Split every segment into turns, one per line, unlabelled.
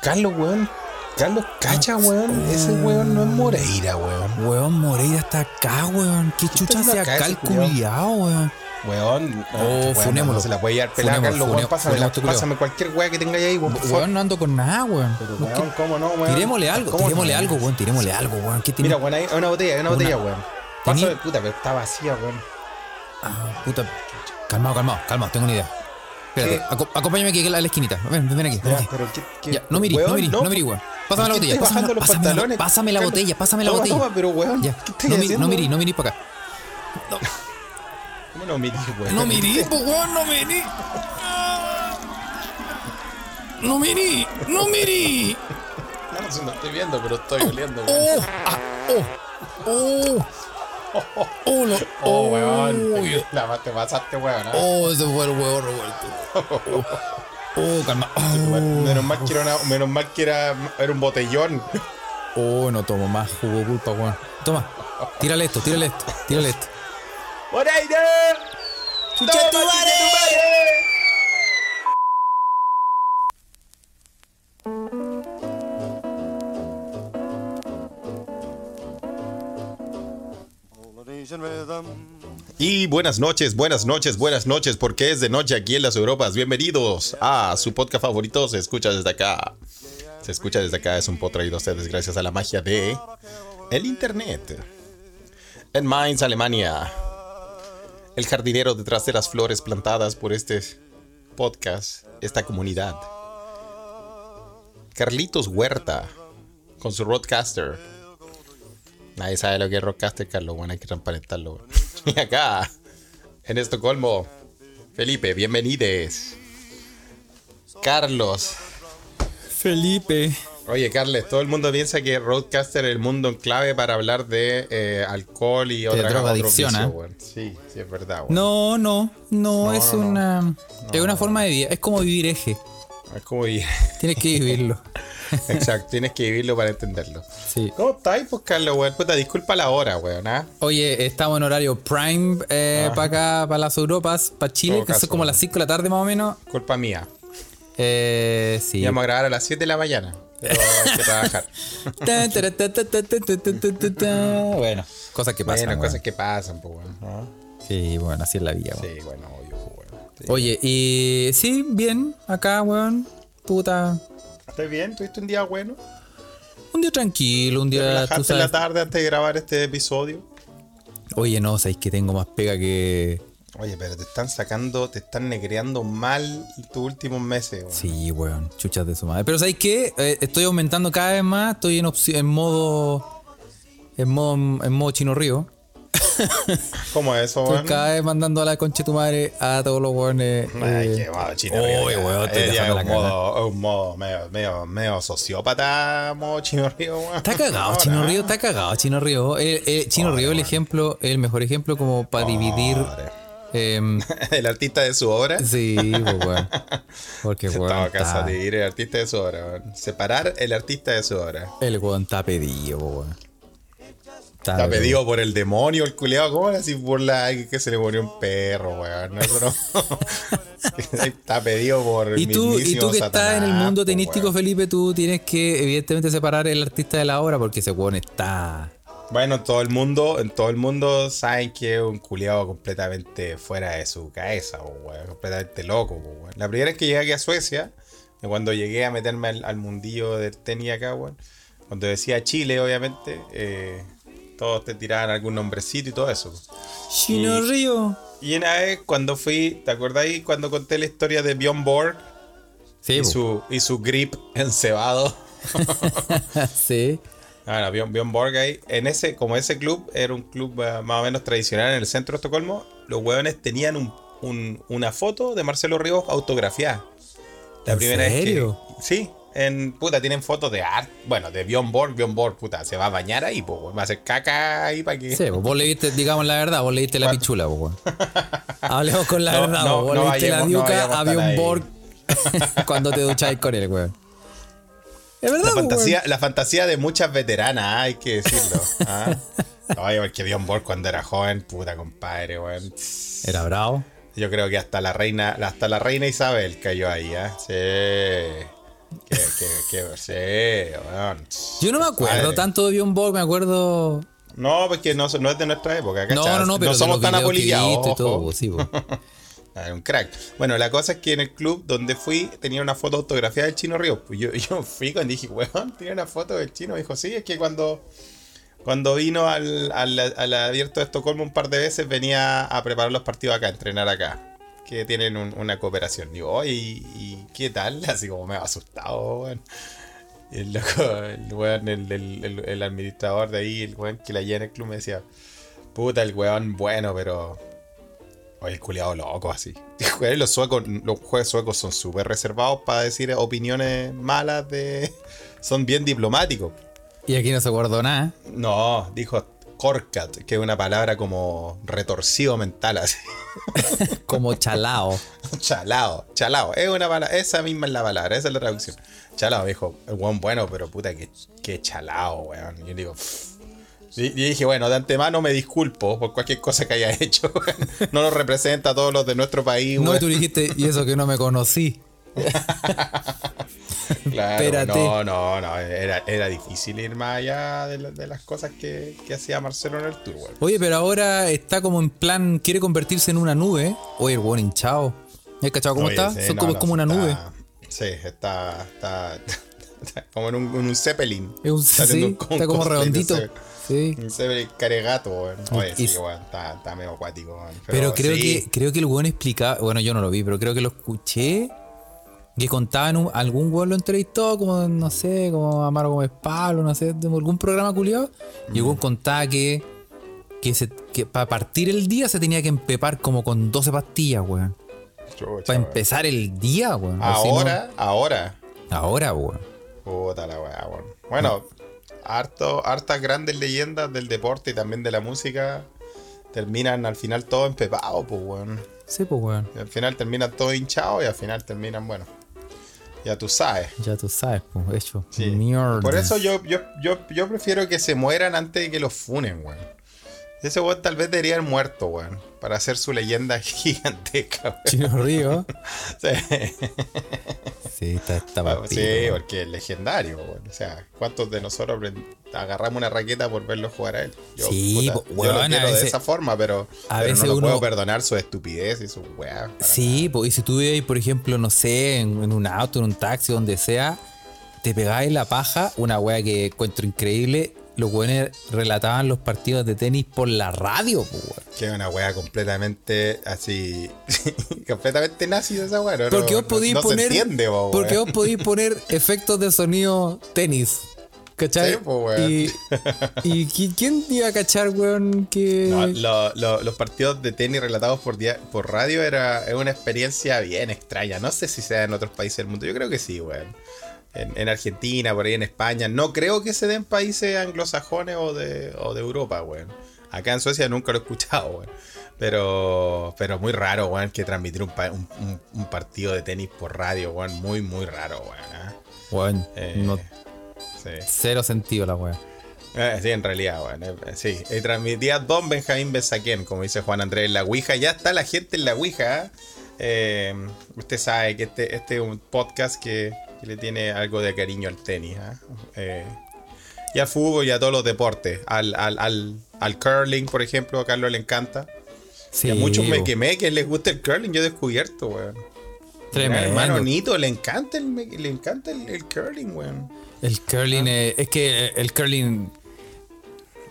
Carlos, weón. Carlos Cacha, weón. Ese weón no es Moreira, weón.
Weón, Moreira está acá, weón. Qué chucha
haciendo
se
acá
acá el
ese culiao?
culiao, weón.
Weón, no,
Oh,
weón,
funémoslo.
no se la puede llevar pelada,
Funémoslo,
Carlos, weón.
funé-
Pásame,
funémoslo, culiao.
pásame cualquier weá que tenga ahí, weón. por favor.
Weón, no ando con nada, weón.
Pero,
No,
weón, ¿cómo no,
que-
weón?
Tirémosle algo,
¿Cómo
tirémosle
no?
algo, weón. Tirémosle algo, weón. ¿Qué tiene?
Mira, weón, hay una botella, hay una
Una.
botella, weón. Paso
Tení-
de puta, pero está vacía, weón.
Ah, puta. Calmado, calmado, calmado. Tengo una idea. Espérate,
¿Qué?
aco- acompáñame aquí a la esquinita. Ven, ven aquí. ven
Ya,
aquí.
pero qué, qué-
Ya, no mirí,
weón,
no mirí, no, mirí, weón. Pásame la
¿Por qué
botella.
estáis
Pásame,
bajando
la-
los
pásame la-
pantalones?
pásame la
Carlos,
botella, pásame la
toma,
botella.
Toma, pero weón,
Ya,
¿qué estáis
no, mirí,
haciendo?
no mirí, no mirí para acá.
¿Cómo no mirí, weón?
No mirí, po, weón, no mirí. No mirí, no mirí.
No, no, si no estoy viendo, pero estoy oliendo, weón.
Oh, ah, oh, oh. Oh, lo-
Oh, weón.
uy,
te- La te pasaste, weón. ¿ah?
Oh, ese fue el huevo revuelto. Oh, oh, calma.
Weón,
Oh,
Menos mal que era una- menos mal que era, era un botellón.
oh, no tomo más jugo culpa, weón. Toma, tírale esto, tírale esto, tírale esto.
¡Moreira!
¡Chucha
¡Toma,
tu madre!
chucha tu madre! Y buenas noches, buenas noches, buenas noches, porque es de noche aquí en las Europas. Bienvenidos a su podcast favorito, se escucha desde acá. Se escucha desde acá, es un pod traído a ustedes gracias a la magia de el internet. En Mainz, Alemania, el jardinero detrás de las flores plantadas por este podcast, esta comunidad. Carlitos Huerta, con su Rodcaster. Nadie sabe lo que es Rodcaster, Carlos. Bueno, hay que transparentarlo. weón. Y acá, en Estocolmo, Felipe, bienvenides. Carlos.
Felipe.
Oye, Carles, todo el mundo piensa que Roadcaster es el mundo en clave para hablar de eh, alcohol y otra
drogadicción,
otro
¿eh?
vicio, weón. Sí, sí, es verdad, weón.
No, no, no,
No,
es
no, no.
una. Es una forma de vida. Es como vivir eje.
Es como ir-
Tienes que vivirlo.
Exacto, tienes que vivirlo para entenderlo.
Sí.
¿Cómo estáis, pues, Carlos, weón? Puta, disculpa la hora, weón, ¿ah?
Oye, estamos en horario prime para acá, para las Europas, para Chile,
Todo
que
caso,
son como
¿no?
las 5 de la tarde más o menos.
Culpa mía.
Eh, sí.
Íbamos a grabar a las 7 de la mañana. Pero hay que trabajar.
Tan, tara, ta, ta, ta, ta, ta, ta, ta, ta, ta. Bueno, cosas que pasan.
bueno,
weón.
cosas que pasan, pues, weón. ¿ah?
Sí, bueno, así es la vida. weón.
Sí, bueno, obvio, pues, weón. Sí.
Oye, y sí, bien, acá, weón. Puta.
¿Estás bien? ¿Tuviste un día bueno?
Un día tranquilo, un
¿Te
día, Ah, tú
relajaste en la
sabes.
tarde antes de grabar este episodio?
Oye, no, sabéis que tengo más pega que.
Oye, pero te están sacando, te están negreando mal tus últimos meses, weón.
Sí, weón, chuchas de su madre. Pero ¿sabéis qué? Eh, estoy aumentando cada vez más, estoy en, opci- en modo. En modo, en modo chino río.
¿Cómo es eso,
Estoy
weón?
cada vez mandando a la concha de tu madre a todos los weones.
Ay,
eh,
qué modo chino.
Oye,
río, ya.
weón, estoy
Eh, ya
dejando
es
la
un modo, es un modo medio, medio, medio sociópata, modo chino río, weón.
Está cagado,
Ahora,
Chino Río, está cagado, Chino Río. El, el- Chino Río el ejemplo, el mejor ejemplo como para dividir. em,
El artista de su obra.
sí, pues, weón. Porque weón.
Estaba casa
Está,
de ir el artista de su obra, weón. Separar el artista de su obra.
el weón está pedido, po, weón. Está,
Está pedido por el demonio, el culeado. ¿Cómo era así por la que se le murió un perro, weón? No, eso no. está pedido por el
Y tú, y tú
mismísimo
que estás en el
Satanás,
mundo
po,
tenístico,
weón.
Felipe, tú tienes que evidentemente separar el artista de la obra porque ese weón está.
Bueno, todo el mundo, en todo el mundo saben que es un culiado completamente fuera de su cabeza, po, weón, completamente loco. po, weón. La primera vez que llegué aquí a Suecia, y cuando llegué a meterme al, al mundillo del tenis acá, weón, cuando decía Chile, obviamente, eh, todos te tiraban algún nombrecito y todo eso.
Chino
Y-
Río.
Y una vez cuando fui, ¿te acordáis cuando conté la historia de Bjorn Borg
Sí,
y
po.
su, y su grip encebado?
sí.
Ahora, Bjorn, Bjorn Borg ahí, en ese, como ese club era un club eh, más o menos tradicional en el centro de Estocolmo, los hueones tenían un- un- una foto de Marcelo Ríos autografiada. La
¿En
primera
serio?
vez que. Sí, en puta, tienen fotos de art. Bueno, de Bjorn Borg, Bjorn Borg, puta, se va a bañar ahí, pues, va a hacer caca ahí para que.
Sí, pues, vos le diste, digamos la verdad, vos le diste la
Cuatro.
pichula, pues, weón. Hablemos con la
No,
verdad,
no,
po, vos
no
le diste la
vayamos- no
diuca
vayamos
a
tan ahí.
Bjorn Borg cuando te ducháis con él, weón. Es verdad,
La
po, weón.
fantasía, la fantasía de muchas veteranas, ah, hay que decirlo. ¿ah? Oye, porque Bjorn Borg cuando era joven, puta compadre, weón.
Era bravo.
Yo creo que hasta la reina, hasta la reina Isabel cayó ahí, ¿ah? ¿eh? Sí. Qué, qué, qué, sí, weón.
Yo no me acuerdo
Madre.
tanto de Bjorn Borg, me acuerdo.
No, porque no, no es de nuestra época, ¿cachai?
No, no, no, pero de
somos
los
tan
videos que he
apolillados.
visto y todo,
ojo.
pues, sí, pues.
Ah, era un crack. Bueno, la cosa es que en el club donde fui tenía una foto autografiada del Chino Río. Pues yo, yo fui cuando dije, weón, tiene una foto del Chino. Dijo, sí, es que cuando, cuando vino al, al- al abierto de Estocolmo un par de veces venía a preparar los partidos acá, a entrenar acá. Que tienen un- una cooperación. Digo, oye, ¿y, y qué tal? Así como me ha asustado, weón. Y el loco, el weón, el, el- el- el administrador de ahí, el weón que la lleva en el club me decía, puta, el weón bueno, pero... Oye, el culiado loco, así. Güey, Los suecos, los jueces suecos son súper reservados para decir opiniones malas de... Son bien diplomáticos.
Y aquí no se guardó nada.
No, dijo corcat, que es una palabra como retorcido mental, así.
Como chalao.
Chalao, chalao. Es una palabra, esa misma es la palabra, esa es la traducción. Chalao, me dijo, el weón bueno, pero puta, que, que chalao, weón. Y yo digo, "Pff". y, y dije, bueno, de antemano me disculpo por cualquier cosa que haya hecho, weón. No nos representa a todos los de nuestro país,
No, y
weón.
tú dijiste, y eso que no me conocí.
Claro,
Espérate.
No, no, no. Era, era difícil ir más allá de, la- de las cosas que, que hacía Marcelo en el tour, weón.
Oye, pero ahora está como en plan, quiere convertirse en una nube. Oye, el weón hinchado. ¿Ya has cachado cómo
Oye,
está?
sí,
Son
no,
como,
no,
como una
está-
nube.
Sí, está. está, está como en un, en un Zeppelin.
Es un-
haciendo un-
sí,
un
está como
cosplay de
redondito.
Zeppelin.
Sí.
Un Zeppelin caregato, weón. Oye,
Y-
sí, weón. Está, está medio acuático, weón.
Pero, creo,
sí,
que, creo que el weón explicaba, bueno, yo no lo vi, pero creo que lo escuché. Que contaban un- algún weón lo entrevistó, como no sé, como Amaro Gómez Pablo, no sé, de algún programa culiado. Y
Mm.
el weón contaba que, que, se- que para partir el día se tenía que empepar como con 12 pastillas, weón.
chucha,
Para
weón.
empezar el día, weón. O si no-
Ahora, ahora.
ahora, weón.
Puta la weá, weón. Bueno, harto, hartas grandes leyendas del deporte y también de la música terminan al final todo empepado, pues weón.
Sí, pues, weón.
Y al final terminan todo hinchado y al final terminan, bueno. Ya tú sabes.
Ya tú sabes, pues, hecho.
Sí.
Mierda.
Por eso yo, yo, yo, yo prefiero que se mueran antes de que los funen, weón. Ese weón tal vez debería haber muerto, weón. Para hacer su leyenda gigantesca,
Chino Río.
weón. Sí.
Sí, está, está
Ah,
papito,
Sí,
weón.
porque es legendario. weón. O sea, ¿cuántos de nosotros aprend- agarramos una raqueta por verlo jugar a él? Yo,
Sí, po,
yo
weón,
lo
a
quiero de
veces-
esa forma, pero,
a
pero
veces
no lo
uno-
puedo perdonar su estupidez y su weá. para
Sí, pues, y si tú vives, por ejemplo, no sé, en, en un auto, en un taxi, donde sea, te pegáis la paja, una wea que encuentro increíble. Los weones relataban los partidos de tenis por la radio, pues, weón.
nada. Que es una weá completamente así. completamente nazi de esa weá. No,
Porque
no-
vos podís
no
poner.
se entiende, po, weón.
porque vos podís poner efectos de sonido tenis. ¿Cachai?
Sí, po, weón.
Y, y qui- quién iba a cachar, weón, que.
No, lo- lo- los partidos de tenis relatados por, dia- por radio era es una experiencia bien extraña. No sé si sea en otros países del mundo. Yo creo que sí, weón. En, en Argentina, por ahí en España. No creo que se den países anglosajones o de, o de Europa, weón. Acá en Suecia nunca lo he escuchado, weón. Pero, pero muy raro, weón, que transmitir un, pa- un- un- un partido de tenis por radio, weón. Muy, muy raro, weón. ¿ah?
Weón,
Eh,
no,
sí.
cero sentido la wea.
Eh, sí, en realidad, bueno, eh, sí. Eh, transmitía Don Benjamín Besaquén, como dice Juan Andrés en la Ouija. Ya está la gente en la Ouija. ¿eh? Eh, usted sabe que este, este es un podcast que, que le tiene algo de cariño al tenis. ¿eh? Eh, y al fútbol y a todos los deportes. Al, al, al, al curling, por ejemplo, a Carlos le encanta.
Sí,
y a muchos
po.
me quemé que les gusta el curling, yo he descubierto, weón. Mi
Tremendo.
hermano Nito, le encanta el, me- le encanta el, el curling, weón.
El curling
Ah.
eh, es que eh, el curling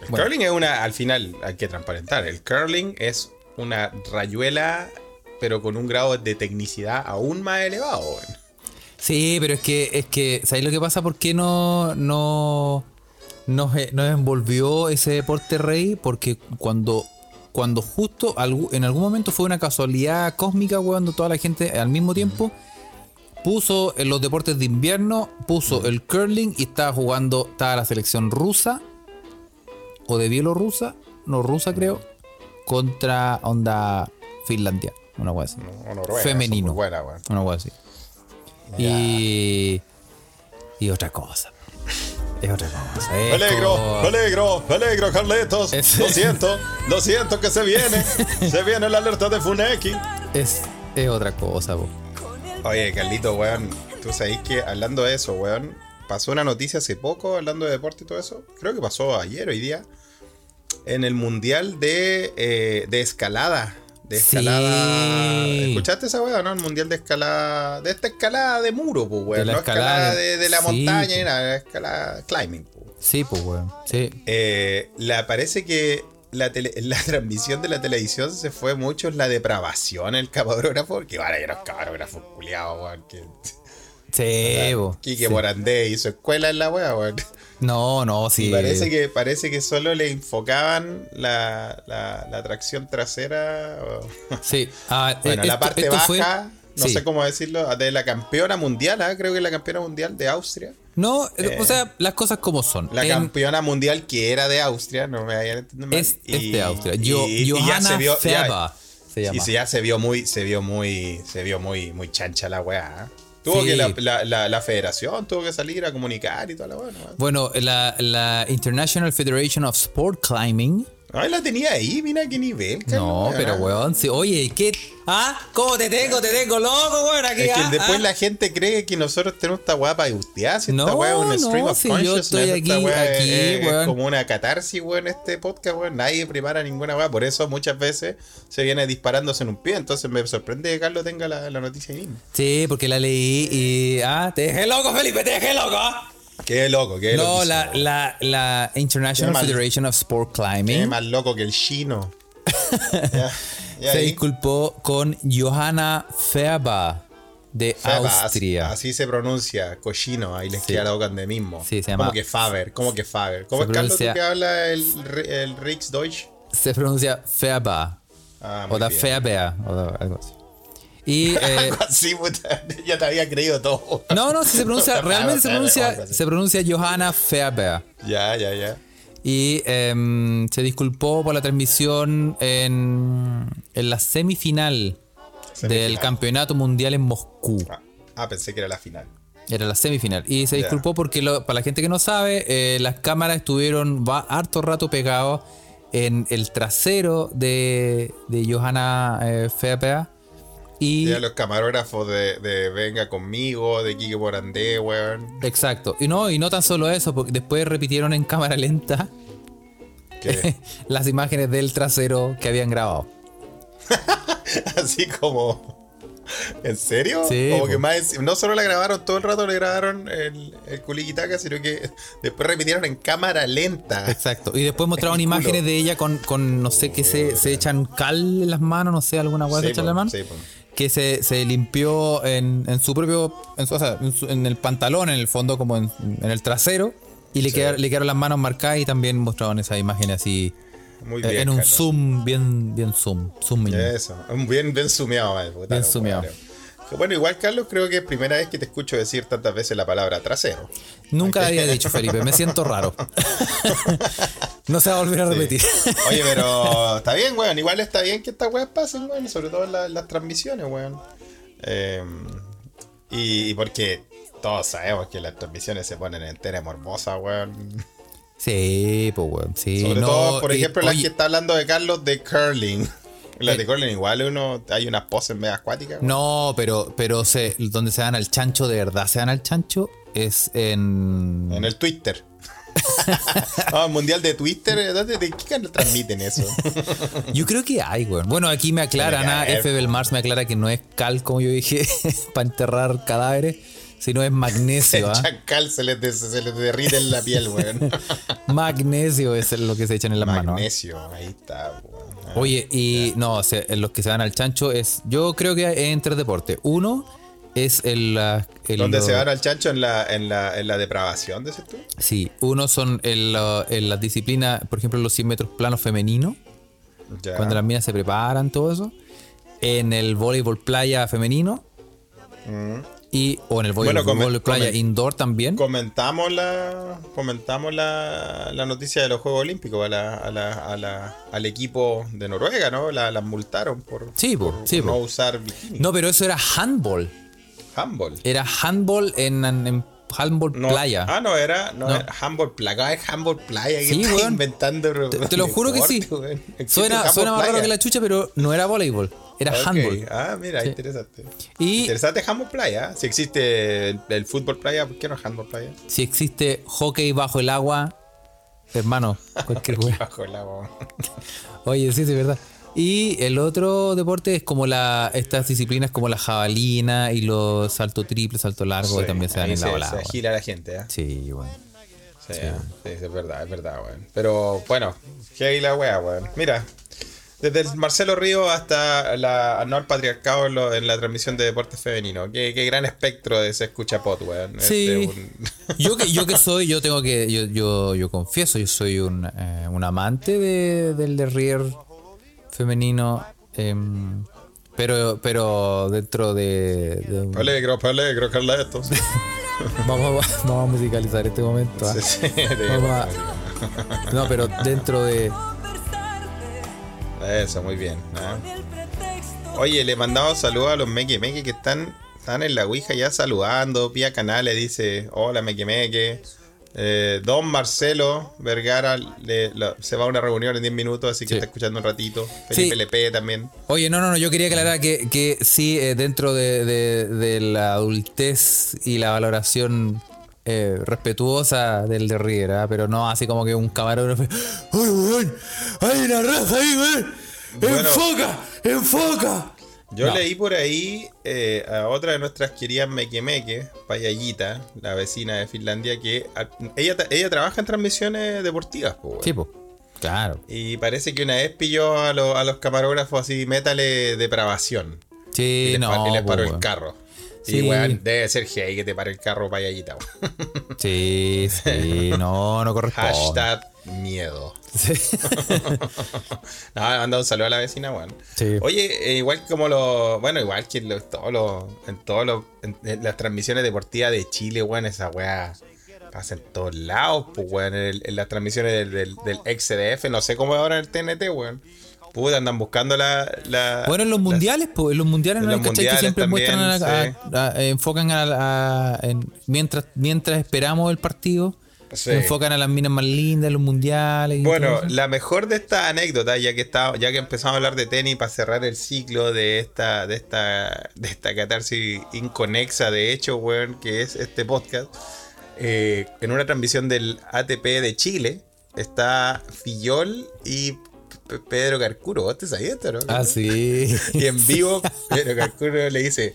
El
Bueno.
curling es una, al final, hay que transparentar. El curling es una rayuela, pero con un grado de tecnicidad aún más elevado. weón.
Sí, pero es que es que ¿sabéis lo que pasa? ¿Por qué no no nos, eh, nos envolvió ese deporte rey? Porque cuando cuando justo algu- en algún momento fue una casualidad cósmica weón, cuando toda la gente al mismo tiempo puso en los deportes de invierno, puso el curling y estaba jugando estaba la selección rusa o de Bielorrusa, no rusa creo, contra onda Finlandia, una cosa así.
O Noruega,
Femenino.
son muy buenas, weón.
Una hueá así. Y. Y otra cosa. Es otra cosa.
Me
Es
alegro,
como-
me alegro, me alegro, Carletos.
Es-
Lo siento, lo siento que se viene. Se viene la alerta de Funeki.
Es, es otra cosa, po.
Oye, Carlito, weón, Tú sabes que hablando de eso, weón, pasó una noticia hace poco hablando de deporte y todo eso. Creo que pasó ayer, hoy día. En el mundial de, eh, de escalada. De
Sí.
escalada. ¿Escuchaste esa weá, no? El mundial de escalada. De esta escalada de muro, pues, weón.
De la
no escalada,
escalada de-
de, de la
sí,
montaña, ni
po.
nada, escalada climbing, pues.
Sí, pues, weón. Sí.
Eh, la, parece que la, tele- la transmisión de la televisión se fue mucho en la depravación, el camarógrafo. Que van a ir los camarógrafos culiados, weón. Que,
Sí, po.
Quique
Sí.
Morandé hizo escuela en la weá, weón.
No, no, sí.
Y parece que, parece que solo le enfocaban la, la, la tracción trasera. o-
Sí. Ah, eh,
Bueno, la
esto-
parte
esto
baja,
fue-
no
sí.
sé cómo decirlo, de la campeona mundial, ah, creo que la campeona mundial de Austria.
No, o sea, las cosas como son.
Eh, La
En-
campeona mundial que era de Austria, no me vayan a entender mal.
es,
Y-
es de Austria.
y-
Yo,
y ya
Johanna
se vio- ya-
Feba se llama.
Y si ya se vio muy, se vio muy, se vio muy, muy chancha la weá. ¿eh? Tuvo
Sí.
que la, la- la- la federación tuvo que salir a comunicar y toda la weá. ¿no?
Bueno, la, la International Federation of Sport Climbing.
Ay, la tenía ahí, mira qué nivel. Carlos,
No,
weá.
pero weón, sí. Oye, ¿qué? ¿Ah? ¿Cómo te tengo? Te tengo loco, weón. Aquí,
Es que
ah,
después
ah.
la gente cree que nosotros tenemos esta weá para gustear. Si esta
No,
weá es un
no,
stream of
si yo
consciousness,
estoy
esta
aquí-
weá es-
aquí,
es, es
weón.
como una catarsis, weón, este podcast, weón. Nadie prepara ninguna weá. Por eso muchas veces se viene disparándose en un pie. Entonces me sorprende que Carlos tenga la, la noticia ahí mismo.
Sí, porque la leí y. Ah, te dejé loco, Felipe, te dejé loco. ah.
Qué loco, qué
No,
loquísimo,
la,
weón.
la, la International
pues, Qué mal-
Federation of Sport
Es
Climbing
más loco que el chino. Ya, ya
se
ahí.
disculpó con Johanna Feba de
Feba,
Austria.
Así, así se pronuncia, cochino, ahí les
Sí.
queda la boca de mismo.
Sí, se
Como
llama-
que Faber, como que Faber. ¿Cómo
se
es Carlos tú
pronuncia-
que habla el, re- el Riksdeutsch?
Se pronuncia Feba.
Ah,
O
muy
da
bien.
Febea. O da algo así. Y. eh,
Sí, puta, ya te había creído todo.
no, no, sí se pronuncia.
Feba,
Realmente se
Feba,
pronuncia,
otra, sí.
se pronuncia Johanna Febea.
Ya, ya, ya.
Y em, se disculpó por la transmisión en, en la semifinal, del
Semifinal.
Campeonato Mundial en Moscú.
Ah, ah, pensé que era la final.
Era la semifinal. Y se
Ya.
disculpó porque, lo- para la gente que no sabe, eh, las cámaras estuvieron va, harto rato pegados en el trasero de, de Johanna eh, Fepea. Y,
Ya los camarógrafos de, de Venga conmigo, de Kike Borandé, weón.
Exacto. Y no, y no tan solo eso, porque después repitieron en cámara lenta
Que,
las imágenes del trasero que habían grabado.
así como. ¿En serio?
Sí,
como
po.
que más. No solo la grabaron todo el rato, le grabaron el, el culiquitaca, sino que después repitieron en cámara lenta.
Exacto. Y después mostraron
El culo.
imágenes de ella con, con no sé, que se, se echan cal en las manos, no sé, alguna hueá se
Sí,
echa en
po,
la mano.
sí, po.
Que se, se limpió en, en su propio, en, su- o sea, en, su- en el pantalón, en el fondo, como en, en el trasero. Y le,
Sí.
quedaron, le quedaron las manos marcadas y también mostraron esas imágenes así.
Muy
eh,
bien.
en un
Carlos.
zoom, bien, bien zoom. Zoom in.
Eso, un bien, bien sumeado, madre puta,
Bien
no,
sumeado.
padre. Bueno, igual, Carlos, creo que es primera vez que te escucho decir tantas veces la palabra trasero.
Nunca la había dicho, Felipe. Me siento raro. no se va a volver a repetir.
Oye, pero está bien, weón. Igual está bien que estas weas pasen, weón. Sobre todo en la- las transmisiones, weón. Eh, y, y porque todos sabemos que las transmisiones se ponen enteras morbosas, weón.
Sí, pues, weón. Sí,
Sobre
no,
todo, por
y-
ejemplo, la
oye,
que está hablando de Carlos de curling. Las
Eh.
de curling, igual uno, hay unas poses medio acuáticas. weón.
No, pero, pero se, donde se dan al chancho, de verdad se dan al chancho, es en.
En el Twitter. Ah, el mundial de Twitter. eh, ¿dónde- ¿De qué canal transmiten eso?
Yo creo que hay, weón. Bueno, aquí me aclaran,
Tiene que
ah,
haber,
F. Belmars me aclara que no es cal, como yo dije, para enterrar cadáveres, sino es
El
magnesio, ¿ah?
chacal se les, des- se les derrite en la piel, weón.
Magnesio es lo que se echan en las manos. ¿ah?
Magnesio, ahí está, weón. Ah,
Oye, y no, se- los que se dan al chancho es. Yo creo que hay entre deporte. Uno es el. ah, el-
¿Dónde
lo-
se van al chancho? ¿En la, en la, en la depravación, dices tú?
Sí, uno son en, la- en las disciplinas, por ejemplo, los 100 metros planos femeninos.
Ya.
cuando las minas se preparan, todo eso. En el voleibol playa femenino. Y, o en el
Mm.
voleibol,
Bueno, come-
voleibol playa
come-
indoor también.
Comentamos la comentamos la, la noticia de los Juegos Olímpicos a la- a la- a la- al equipo de Noruega, ¿no? La- las multaron por,
Sí, po,
por
sí,
no
po.
usar bikini.
No, pero eso era handball.
Handball.
Era handball en, en- en handball
No.
playa.
Ah, no, era, no,
No.
era handball playa. es handball playa que
Sí,
está
weón.
inventando.
Te, te lo juro que sí.
deporte, weón. Existe
Suena,
handball
suena más raro
playa.
que la chucha, pero no era voleibol. Era
Ok.
handball.
Ah, mira,
Sí.
interesante.
Y
Interesante handball playa. Si existe el, el fútbol playa, ¿por qué no handball playa?
si existe hockey bajo el agua, hermano, cualquier wea.
Bajo el agua.
Oye, sí, sí, verdad. Y el otro deporte es como la, estas disciplinas como la jabalina y los salto triple, salto largo, que
Sí,
también se dan
ahí
en la
se-
ola.
se
weón.
agila la gente, ¿eh?
Sí, bueno.
Sí, sí, es verdad, es verdad, weón. Pero bueno, heavy la wea, weón. Mira, desde el Marcelo Río hasta la, no al patriarcado en, lo- en la transmisión de deportes femenino. Qué, qué gran espectro de se escucha pot, weón.
Sí.
Este, un-
Yo que, yo que soy, yo tengo que, yo, yo, yo confieso, yo soy un, eh, un amante de- del derrier femenino, em, pero, pero dentro de... de un-
Alegro, alegro, Carla, esto. Sí,
vamos, a, vamos a musicalizar este momento. ah.
sí, de-
Vamos a- no, pero dentro de...
Eso, muy bien. ¿eh? ¿no? Oye, le mandamos saludos a los Meque Meque que están, están en la Ouija ya saludando. Pía Canales dice, hola Meque Meque. Eh, Don Marcelo Vergara le- lo- se va a una reunión en 10 minutos, así que
Sí.
está escuchando un ratito. Felipe
Sí.
Lepe también.
Oye, no, no, no, yo quería aclarar que, que sí, eh, dentro de, de- de la adultez y la valoración eh, respetuosa del de Riera, pero no así como que un camarógrafo. ¡Ay, weón! ¡Hay una raja ahí, weón!
Bueno.
¡Enfoca! ¡Enfoca!
Yo
No.
leí por ahí eh, a otra de nuestras queridas Mequemeque, Payallita, la vecina de Finlandia, que a- ella, ta- ella trabaja en transmisiones deportivas. po, weón.
Sí, po. Claro.
Y parece que una vez pilló a, lo- a los camarógrafos así, métale depravación. Y
Sí,
les,
no.
pa- y les
po,
paró el
weón.
carro.
Sí.
Y weón, debe ser gay que te pare el carro payallita. weón.
Sí, sí, no, no corresponde.
Hashtag miedo.
Sí.
Nada, manda un saludo a la vecina, weón.
Sí.
Oye, eh, igual como los. Bueno, igual que en los- todos los- en todos los- en- en las transmisiones deportivas de Chile, weón, esa weá pasa en todos lados, pues, weón. En, el- en las transmisiones del, del, del XDF, no sé cómo es ahora en el TNT, weón. Puta, andan buscando la. la
Bueno, en los
la-
mundiales, pues, en los mundiales
en
no hay
los
¿cachai? que
mundiales
siempre
también,
muestran, a la- a- a- enfocan a, la- a- en- mientras mientras esperamos el partido,
Sí.
enfocan a las minas más lindas, los mundiales. y
Bueno,
todo eso.
la mejor de esta anécdota, ya que está, ya que empezamos a hablar de tenis para cerrar el ciclo de esta, de esta, de esta catarsis inconexa, de hecho, weón, que es este podcast. eh, en una transmisión del ATP de Chile está Fillol y P- Pedro Carcuro. ¿Vos te sabías esto, no?
ah, sí.
Y en vivo, Pedro Carcuro le dice,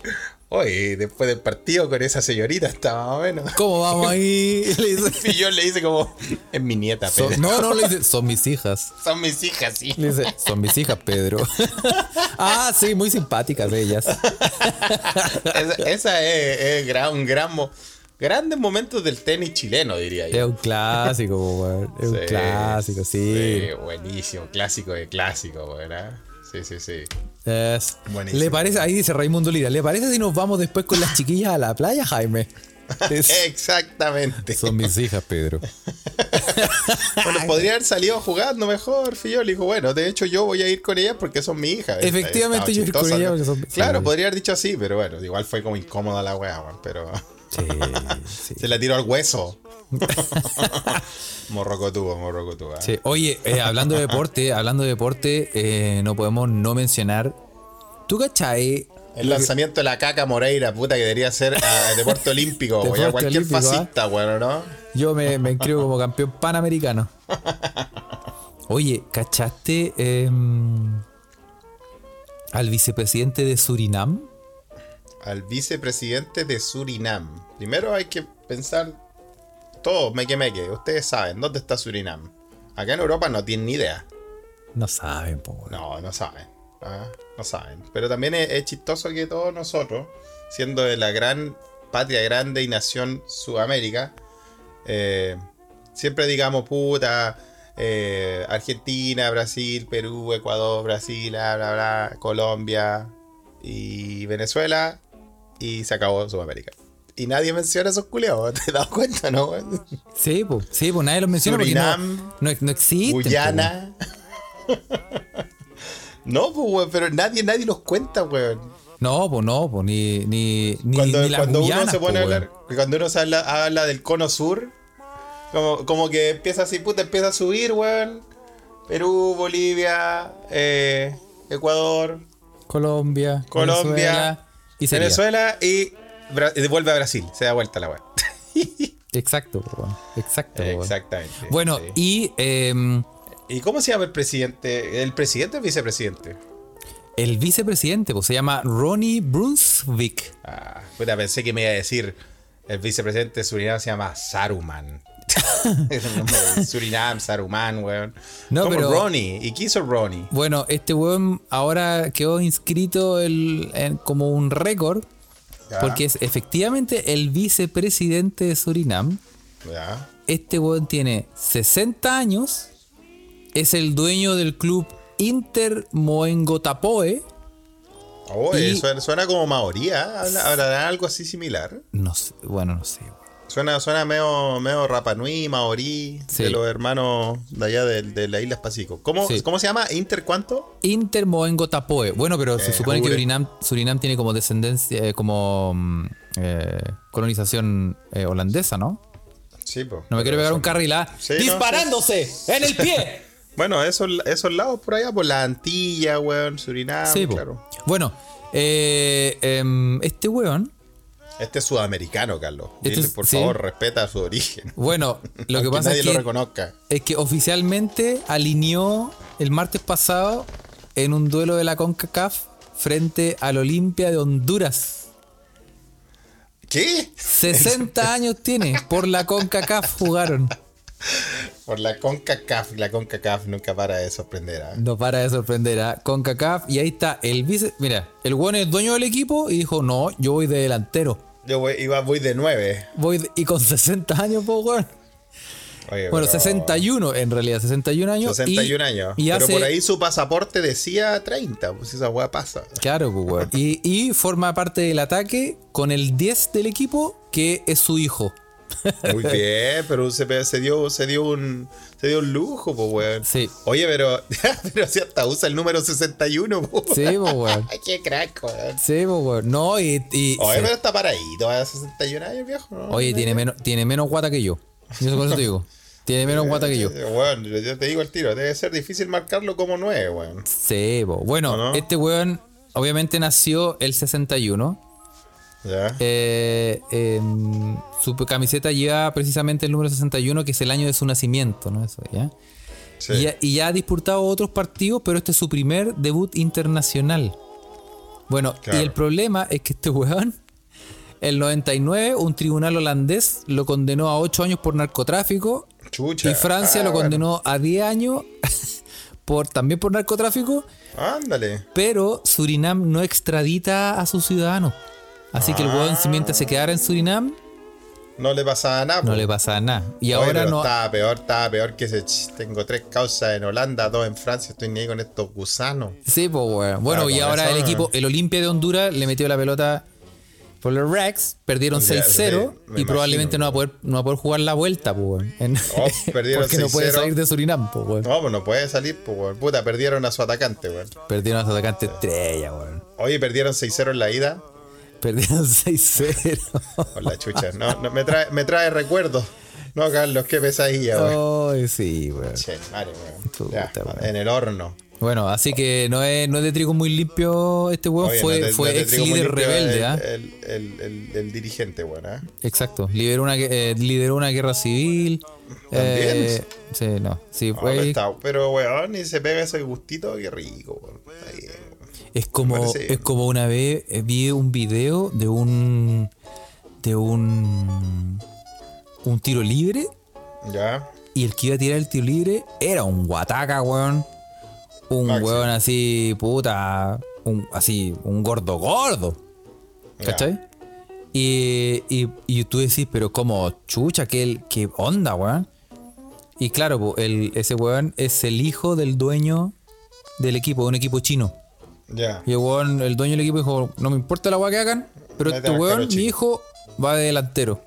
oye, después del partido con esa señorita está más o menos.
¿Cómo vamos ahí? Le dice-
Fillol le dice como, es mi nieta,
"Son-
Pedro.
no, no, le dice, son mis hijas.
Son mis hijas, sí.
Le dice, son mis hijas, Pedro. ah, sí, muy simpáticas ellas.
Esa, esa es, es gran, un gran mo- grandes momentos del tenis chileno, diría
Es
yo.
un clásico, po, weón. Es un
Sí,
clásico, sí.
sí, Buenísimo, clásico de clásico, ¿verdad? Sí, sí, sí.
Es-
Buenísimo.
Le parece, ahí dice Raimundo Lira, ¿le parece si nos vamos después con las chiquillas a la playa, Jaime?
Eh.
Es-
Exactamente.
son mis hijas, Pedro.
Bueno, podría haber salido jugando mejor, Fillol. Dijo, bueno, de hecho yo voy a ir con ellas porque son mi hija. Estaba
Efectivamente, yo voy a ir con
chistoso,
ellas
¿no?
porque son-
Claro,
sí.
podría haber dicho así, pero bueno, igual fue como incómoda la weá, weón, pero
Sí, sí.
se la tiró al hueso. morrocotubo, morrocotubo. ¿eh?
Sí. Oye, eh, hablando de deporte, hablando de deporte, eh, no podemos no mencionar. ¿Tú cachai?
El lanzamiento de la caca Moreira, puta, que debería ser ah, deporte olímpico, güey.
Deporte
a Cualquier
olímpico, ¿ah?
fascista, güey, ¿no?
Yo me, me inscribo como campeón panamericano. Oye, ¿cachaste em, al vicepresidente de Surinam?
Al vicepresidente de Surinam. Primero hay que pensar todo, meque meque. Ustedes saben, ¿dónde está Surinam? Acá en Europa no tienen ni idea.
No saben, po, weón.
No, no saben. ah, No saben. Pero también es, es chistoso que todos nosotros, siendo de la gran patria grande y nación Sudamérica, eh, siempre digamos puta. eh, Argentina, Brasil, Perú, Ecuador, Brasil, bla, bla, bla, Colombia y Venezuela. Y se acabó Sudamérica. Y nadie menciona esos culeados, ¿te das cuenta, no? weón?
Sí, pues, sí, pues nadie los menciona porque
Surinam,
no- no, no, existen. po, weón.
Guyana. no, pues, weón, pero nadie, nadie los cuenta, weón.
No, pues no, pues ni, ni, ni,
Cuando,
ni las
cuando uno
Guyanas,
se pone a
po,
hablar, cuando uno se habla, habla del cono sur, como, como que empieza así, puta, empieza a subir, weón. Perú, Bolivia, eh, Ecuador,
Colombia,
Colombia,
Venezuela y Serbia.
Venezuela y Bra- y vuelve a Brasil. Se da vuelta la web.
Exacto, po, weón. exacto. po, weón.
Exactamente.
Bueno,
sí.
y em,
¿Y cómo se llama el presidente? ¿El presidente o vicepresidente?
el vicepresidente pues, se llama Ronnie Brunswick.
Ah, puta, pensé que me iba a decir el vicepresidente de Surinam se llama Saruman. El nombre de Surinam, Saruman, weón.
No,
Como
pero-
Ronnie. ¿Y qué hizo Ronnie?
Bueno, este weón ahora quedó inscrito el- en- como un récord
Ya.
porque es efectivamente el vicepresidente de Surinam.
Ya.
Este weón tiene 60 años, es el dueño del club Inter Moengo Tapoe.
Oh,
Y-
eh, suena, suena como maoría. Habla- ¿Hablará algo así similar?
No sé, bueno, no sé. weón.
Suena, suena medio, medio Rapanui, maorí,
Sí.
de los hermanos de allá de, de las Islas Pacífico. ¿Cómo,
Sí.
¿Cómo se llama? ¿Inter cuánto?
Inter Moengo Tapoe. Bueno, pero se
Eh,
supone que
jure.
Surinam, Surinam tiene como descendencia, eh, como mm, eh, colonización eh, holandesa, ¿no?
Sí, po.
No me quiero pegar un carrilá.
Sí, no,
¡Disparándose! ¡En el pie!
Bueno, esos, esos lados por allá, por la Antilla, weón, Surinam,
sí, po.
Ah, claro.
Bueno, eh, em, este weón.
Este es sudamericano, Carlos.
Este
Dile,
es-
por
sí.
favor, respeta su origen.
Bueno, lo que
Aunque
pasa
nadie
es
lo
que,
reconozca.
es que oficialmente alineó el martes pasado en un duelo de la CONCACAF frente al Olimpia de Honduras.
¿Qué?
60 años tiene, por la CONCACAF jugaron.
Por la CONCACAF. La CONCACAF nunca para de sorprender. ¿ah?
No para de sorprender a CONCACAF y ahí está el vice. Mira, el weón es dueño del equipo y dijo, no, yo voy de delantero.
Yo voy, iba, voy de 9.
Voy de- y con 60 años, po, weón. Bueno, 61 en realidad, 61 años.
61
y-
años.
Y
pero
hace-
por ahí su pasaporte decía 30. Pues esa weá pasa.
Claro, pues, weón. Y, y forma parte del ataque con el 10 del equipo, que es su hijo.
Muy bien, pero se, se dio, se dio un. Se dio un lujo, pues weón.
Sí.
Oye, pero, pero si hasta usa el número 61, pues.
Sí, pues, weón.
Ay, qué crack, weón.
Sí, pues, weón. No, y. y-
Oye,
sí.
pero está paradito ¿eh? a 61 años, viejo. ¿no?
Oye, tiene menos, tiene menos guata que yo. Yo eso- por eso te digo. Tiene menos guata que yo.
Eh, Weón, yo te digo el tiro, debe ser difícil marcarlo como 9, weón.
Sí, pues. Bueno,
¿O no?
este weón obviamente nació el 61.
Ya.
Eh, em, su camiseta lleva precisamente el número 61, que es el año de su nacimiento, ¿no? Eso, ¿ya?
Sí.
Y, ya, y ya ha disputado otros partidos, pero este es su primer debut internacional. Bueno,
Claro.
y el problema es que este weón, el 99, un tribunal holandés lo condenó a 8 años por narcotráfico
Chucha.
y Francia
Ah,
lo
bueno.
condenó a 10 años por, también por narcotráfico,
Ándale.
pero Surinam no extradita a sus ciudadanos. Así que el weón, si mientras se quedara en Surinam,
No le pasaba nada.
no
po.
le pasa nada. Y
Oye,
ahora
pero
no...
Estaba peor, estaba peor que ese. ch- Tengo tres causas en Holanda, dos en Francia. Estoy ni ahí con estos gusanos.
Sí, pues bueno. Bueno,
Claro,
y
con
ahora
razón.
el equipo, el Olimpia de Honduras, le metió la pelota por los Rex, perdieron
O sea,
6-0
sí, me
y
imagino,
probablemente no va, a poder, no va a poder jugar la vuelta, pues weón. En-
Oh, perdieron
Porque no puede
6-0.
salir de Surinam, pues weón.
No, pues no puede salir, pues, weón. Puta, perdieron a su atacante, weón.
Perdieron a su atacante estrella, weón.
Oye, perdieron 6-0 en la ida.
Perdieron 6-0.
Con la chucha. No, no, me, trae, me trae recuerdos. No, Carlos, qué pesadilla, weón.
Ay, sí, weón.
Che, madre, weón. Ya,
Chuta, weón.
en el horno.
Bueno, así que no es, no es de trigo muy limpio este weón,
Oye,
fue,
no te-
fue
no te
ex
digo muy
líder
limpio eh,
rebelde,
el,
¿ah?
el, el, el- el dirigente, bueno, ¿eh?
Exacto, lideró una, gue- eh, lideró una guerra civil.
También.
eh, sí, no. Sí,
No,
fue-
pero, está- pero, weón, y se pega ese gustito, qué rico, weón. Está bien, weón.
Es como,
parece bien.
es como una vez eh, vi un video de un. de un. un tiro libre.
Ya.
Y el que iba a tirar el tiro libre era un guataca, weón. Un
Máximo.
weón así, puta. Un, así, un gordo gordo.
ya.
¿Cachai? Y, y, y tú decís, pero como chucha, ¿qué, qué onda, weón? Y claro, po, el, ese weón es el hijo del dueño del equipo, de un equipo chino.
Ya.
Y el weón, el dueño del equipo dijo, no me importa la weá que hagan, pero
Vete
este
a buscar
weón,
al
mi
chico".
hijo, va de delantero.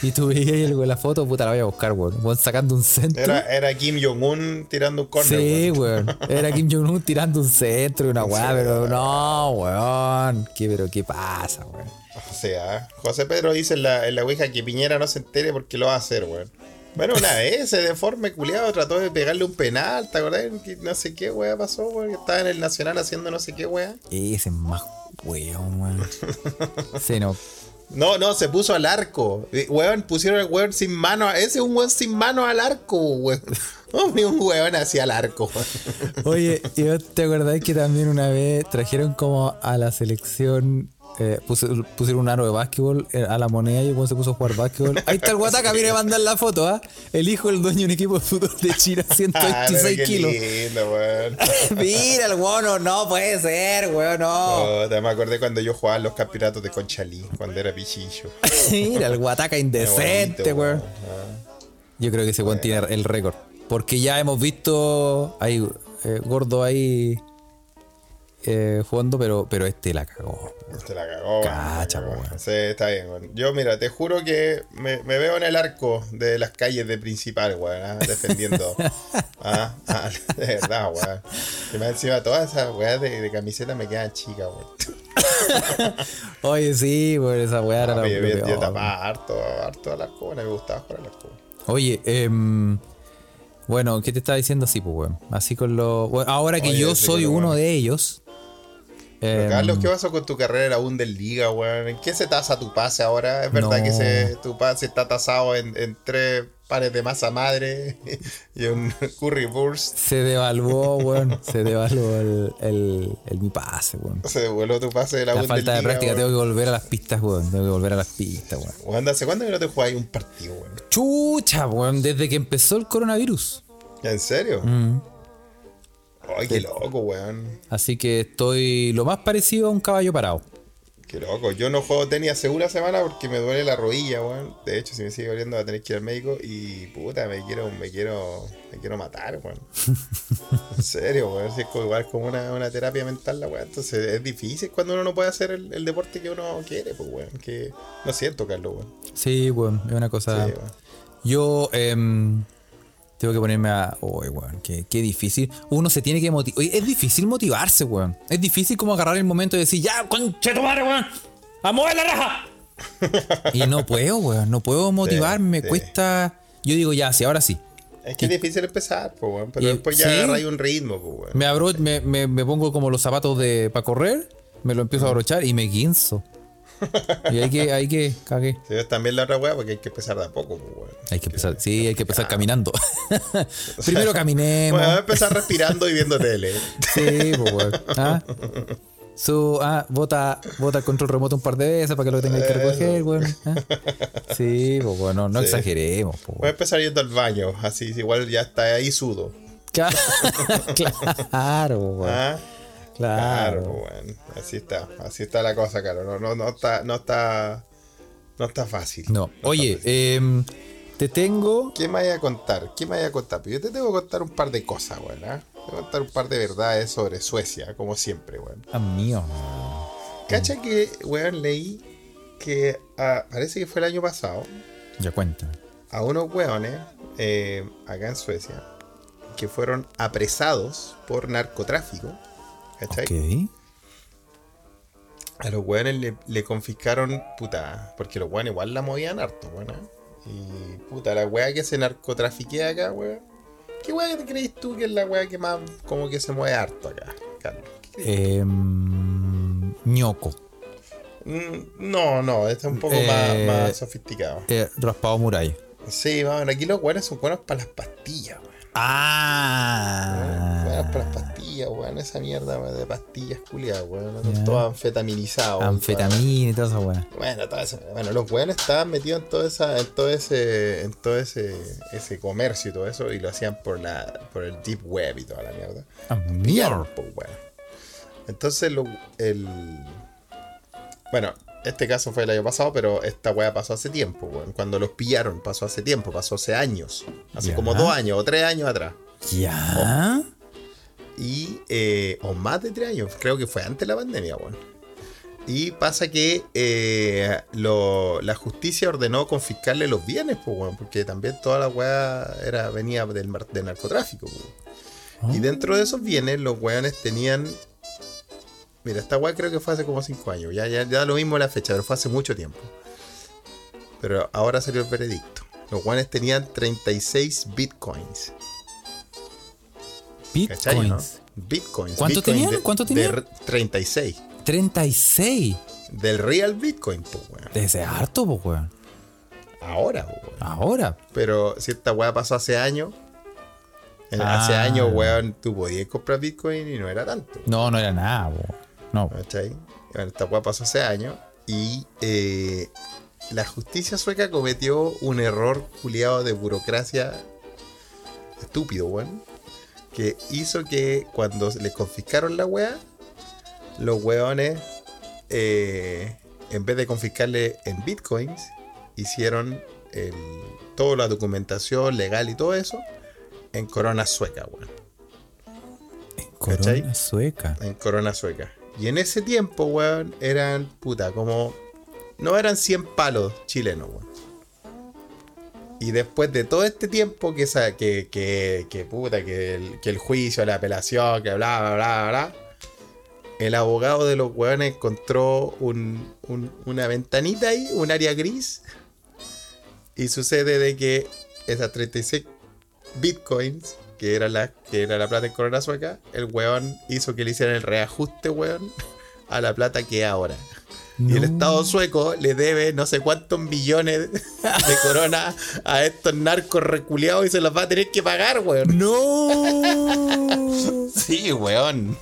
Y tú veías ahí el- la foto, puta, la voy a buscar, weón. Weón sacando un centro.
Era, era Kim Jong-un tirando un corner,
sí,
weón.
weón. Era Kim Jong-un tirando un centro y una weá, pero no, weón. ¿Qué, pero qué pasa, weón?
O sea, José Pedro dice en la, en la Ouija que Piñera no se entere porque lo va a hacer, weón. Bueno, una vez ese deforme culiado trató de pegarle un penal, ¿te acordás? No sé qué weá pasó, weón. Estaba en el Nacional haciendo no sé qué weá.
Ese es más weón, weón. Se no.
No, no, se puso al arco. Eh, Weón, pusieron al weón sin mano. a- Ese es un weón sin mano al arco, weón. Hombre, un weón hacia el arco, weón.
Oye, ¿y vos te acordáis que también una vez trajeron como a la selección, eh, puse- pusieron un aro de básquetbol eh, a la moneda y el weón se puso a jugar básquetbol? Ahí está el guataca, mira, mandar la foto, ¿ah? El hijo del dueño de un equipo de fútbol de China,
Ah, pero
126
qué
kilos.
lindo, weón.
Mira, el weón, no, no puede ser, weón, no.
Puta, Oh, me acordé cuando yo jugaba los campeonatos de Conchalí, cuando era pichillo.
Mira, el guataca
Qué
indecente,
bonito,
weón.
Ah.
Yo creo que ese weón tiene el récord. Porque ya hemos visto ahí, eh, gordo ahí eh, jugando, pero, pero este la cagó.
Te la cagó, weón.
Cacha,
Te la cagó.
weón.
Sí, está bien, weón. Yo, mira, te juro que me, me veo en el arco de las calles de Principal, weón, ah, defendiendo. ah, ah, de verdad, weón. Y más encima todas esas weas de, de camiseta me quedan chicas, weón.
Oye, sí, por esa weá era
Ah,
la
Yo, yo,
peor.
yo tapaba harto, harto al arco, bueno, me gustaba jugar al arco.
Oye, em, bueno, ¿qué te estaba diciendo así, pues, weón? Así con los. bueno, ahora que
Oye,
yo
sí,
soy
pero
uno
bueno.
de ellos.
Pero
em,
Carlos, ¿qué pasó con tu carrera en la Bundesliga, weón? ¿En qué se tasa tu pase ahora? ¿Es verdad
No.
que se- tu pase está tasado en, en tres pares de masa madre y un curry burst?
se devaluó, weón. se devaluó el, el, el mi pase, weón.
Se devuelve tu pase de la,
La
Bundesliga.
falta de práctica, tengo
weón.
que volver a las pistas, weón. Tengo que volver a las pistas, weón.
Weón, ¿hace cuánto que no te jugáis un partido, weón?
Chucha, weón, desde que empezó el coronavirus.
¿En serio?
Mm.
Ay, qué loco, weón.
Así que estoy lo más parecido a un caballo parado.
Qué loco. Yo no juego tenis hace una semana porque me duele la rodilla, weón. De hecho, si me sigue doliendo va a tener que ir al médico y puta, me quiero, me quiero, me quiero matar, weón. en serio, weón. Si es como, igual como una, una terapia mental la weón. Entonces es difícil cuando uno no puede hacer el, el deporte que uno quiere, pues weón. Que no siento, Carlos, weón.
Sí, weón, es una cosa.
Sí, weón.
Yo em, tengo que ponerme a. Uy, weón, qué, qué difícil. Uno se tiene que motivar. Es difícil motivarse, weón. Es difícil como agarrar el momento y decir, ya, conche tu madre, weón. ¡A mover la raja! y no puedo, weón. No puedo motivarme. Me
sí.
cuesta. Yo digo, ya, sí, ahora sí.
Es que es difícil empezar, pues weón. Pero
Y-
después ya
sí.
agarráis un ritmo, pues weón.
Me, abro, me, me- me pongo como los zapatos de para correr, me lo empiezo a abrochar y me guinzo. Y hay que, hay que, cagué.
Sí, es también la otra weá porque hay que empezar de a poco, pues weón.
Hay que empezar, sí, hay que empezar caminando. Primero caminemos.
Bueno, voy a empezar respirando y viendo tele.
Sí, pues, weón. ¿Ah? Su, ah, bota, bota el control remoto un par de veces para que lo tengáis que recoger, weón. ¿Ah? Sí, pues, weón, no, no exageremos, pues,
Voy a
weón.
empezar yendo al baño, así igual ya está ahí sudo.
Claro, claro, weón.
Ah, Claro,
Claro.
bueno, así está, así está la cosa, claro. No, no, no está, no está, no está fácil.
No,
está
oye,
fácil.
em, te tengo.
¿qué me vaya a contar? ¿Qué me vaya a contar? Pues Yo te tengo que contar un par de cosas, bueno. ¿ah? Te voy a contar un par de verdades sobre Suecia, como siempre, bueno.
Ah, mío.
Cacha que, weón, leí que ah, parece que fue el año pasado.
Ya cuéntame.
a unos hueones eh, acá en Suecia que fueron apresados por narcotráfico. ¿Cachai?
Ok.
A los hueones le, le confiscaron, puta, porque los hueones igual la movían harto, weón. ¿eh? Y puta, la hueá que se narcotrafiquea acá, weón. ¿Qué hueá que crees tú que es la hueá que más como que se mueve harto acá, Carlos?
Em, ñoco.
Mm, No, no, esto es un poco
Eh,
más, más sofisticado.
Eh, raspado muralla.
Sí, vamos, aquí los hueones son buenos para las pastillas, weón. Bueno, para las
Ah.
pastillas, weón. Esa mierda weón, de pastillas culiadas, weón. Son
Ya.
todas anfetaminizados.
Anfetamina y toda esa weá.
weón. Bueno, todo eso. Bueno, los weones estaban metidos en todo, esa, en todo ese en todo ese, ese comercio y todo eso. Y lo hacían por la por el deep web y toda la mierda.
Ah, mierda.
Pues, weón. Entonces, lo- el. Bueno, este caso fue el año pasado, pero esta weá pasó hace tiempo, weón. Cuando los pillaron, pasó hace tiempo, pasó hace años. Hace
Ya.
como dos años o tres años atrás. Oh.
Ya.
y eh, o más de tres años, creo que fue antes de la pandemia, weón. Y pasa que eh, lo- la justicia ordenó confiscarle los bienes, pues, weón, porque también toda la weá era, venía del, mar- del narcotráfico, pues, weón.
¿Ah?
Y dentro de esos bienes, los weones tenían. Mira, esta weá creo que fue hace como cinco años, ya, ya, ya lo mismo la fecha, pero fue hace mucho tiempo. Pero ahora salió el veredicto. Los guanes tenían 36 bitcoins. ¿Cachai, no?
Bitcoins.
Bitcoins.
¿Cuánto
Bitcoin
tenían?
de-
¿Cuánto
de
tenían?
re- 36.
36.
Del real Bitcoin, pues, weón.
Desde harto, pues, weón.
Ahora, pues, weón.
Ahora.
Pero si esta weá pasó hace años, en-
Ah.
hace años, weón, tú podías comprar Bitcoin y no era tanto.
No, no era nada, po. No.
¿Cachai? Bueno, esta weá pasó hace años y eh, la justicia sueca cometió un error culiado de burocracia estúpido, weón. Que hizo que cuando les confiscaron la weá, los weones, eh, en vez de confiscarle en bitcoins, hicieron el- toda la documentación legal y todo eso en corona sueca, weón
Corona
¿Cachai?
sueca.
en corona sueca. Y en ese tiempo, weón, eran puta, como. No eran 100 palos chilenos, weón. Y después de todo este tiempo que, esa- que, que, que puta, que el, que el juicio, la apelación, que bla, bla, bla, bla, el abogado de los weones encontró un- un- una ventanita ahí, un área gris. Y sucede de que esas 36 bitcoins, que era la, que era la plata en corona sueca, el weón hizo que le hicieran el reajuste, weón, a la plata que es ahora. Y el
No.
Estado sueco le debe no sé cuántos millones de corona a estos narcos reculeados y se los va a tener que pagar, weón.
¡No!
Sí, weón.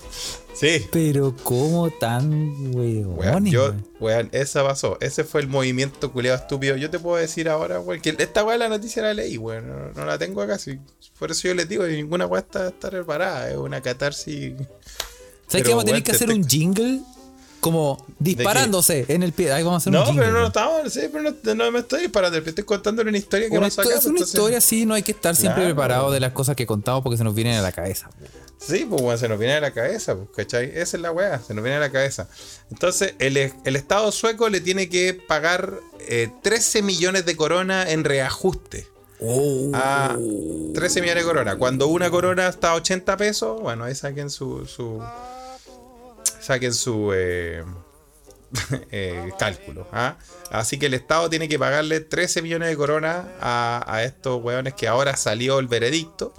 Sí.
Pero como tan
Weón,
weones,
yo,
weón.
weón, esa pasó. Ese fue el movimiento culeado estúpido. Yo te puedo decir ahora, weón, que esta weá la noticia la leí, weón. No, no la tengo acá. sí. Por eso yo les digo, ninguna weá está, está preparada. Es una catarsis.
¿Sabes
Pero, este-
que vamos a tener
weón,
que
te-
hacer
te-
un jingle? Como disparándose en el pie. Ahí vamos a hacer
No,
un jingle.
pero no, no
weón.
estamos, sí, pero no, no me estoy disparando. Estoy contando una historia que
Una
pasó
histo-
acá.
es una
entonces-
historia así, no hay que estar siempre
Claro.
preparado de las cosas que contamos porque se nos vienen a la cabeza.
Sí, pues bueno, se nos viene a la cabeza, pues, ¿cachai? Esa es la weá, se nos viene a la cabeza. Entonces, el, el Estado sueco le tiene que pagar eh, 13 millones de corona en reajuste.
Oh.
a 13 millones Ah, de corona. Cuando una corona está a 80 pesos, bueno, ahí saquen su. su saquen su. eh, eh, cálculo. ¿ah? Así que el Estado tiene que pagarle 13 millones de corona a, a estos hueones que ahora salió el veredicto,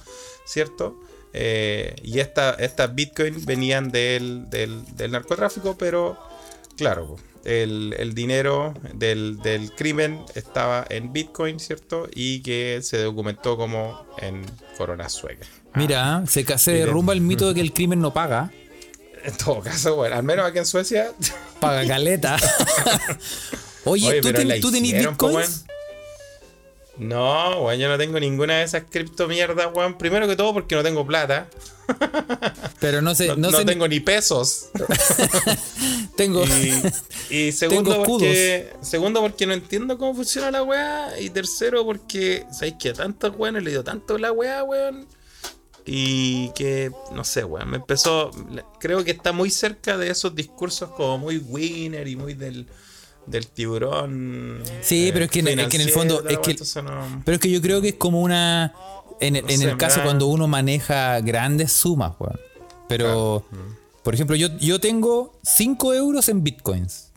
¿cierto? Eh, y esta- estas bitcoins venían del, del- del narcotráfico, pero claro, el, el dinero del, del crimen estaba en bitcoin, ¿cierto? Y que se documentó como en corona sueca.
Ah, Mira, ¿eh? se, ca- se derrumba el mito de que el crimen no paga.
En todo caso, bueno, al menos aquí en Suecia.
Paga caleta. Oye,
Oye,
¿tú,
pero
ten-
la
tú tenés
hicieron, po,
bitcoins?
No, weón, yo no tengo ninguna de esas cripto mierdas, weón. Primero que todo porque no tengo plata.
Pero no sé,
No,
no,
no
sé.
tengo ni pesos.
tengo-
Y, y segundo,
Tengo escudos.
porque, segundo porque no entiendo cómo funciona la weá. Y tercero porque, ¿sabéis que a tantos weones le dio tanto la weá, weón? Y que, no sé, weón, me empezó, creo que está muy cerca de esos discursos como muy winner y muy del, del tiburón. eh,
Sí, pero es que en- es que en el
financiero,
fondo,
la
es
weá,
que-
entonces no-
Pero es que yo creo que es como una. En, el-
No
en
sé,
el caso
me da-
cuando uno maneja grandes sumas, weón. Pero,
Mm.
por ejemplo, yo, yo tengo 5 euros en bitcoins.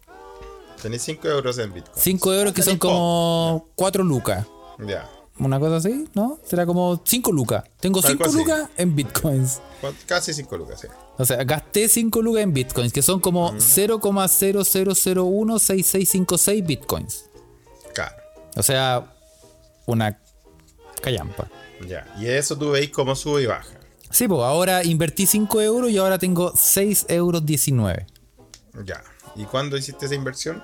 Tenéis 5 euros en Bitcoin.
5 euros que son
Ah, Tenés
como 4 lucas.
Ya.
Una cosa así, ¿no? Será como 5 lucas. Tengo
Algo
5
así.
lucas en bitcoins.
Cu- Casi 5 lucas, sí.
O sea, gasté 5 lucas en bitcoins, que son como
Mm.
0,00016656 bitcoins.
Claro.
O sea, una callampa.
Ya. Y eso tú veis cómo sube y baja.
Sí, pues ahora invertí 5 euros y ahora tengo 6 euros 19.
Ya. ¿Y cuándo hiciste esa inversión?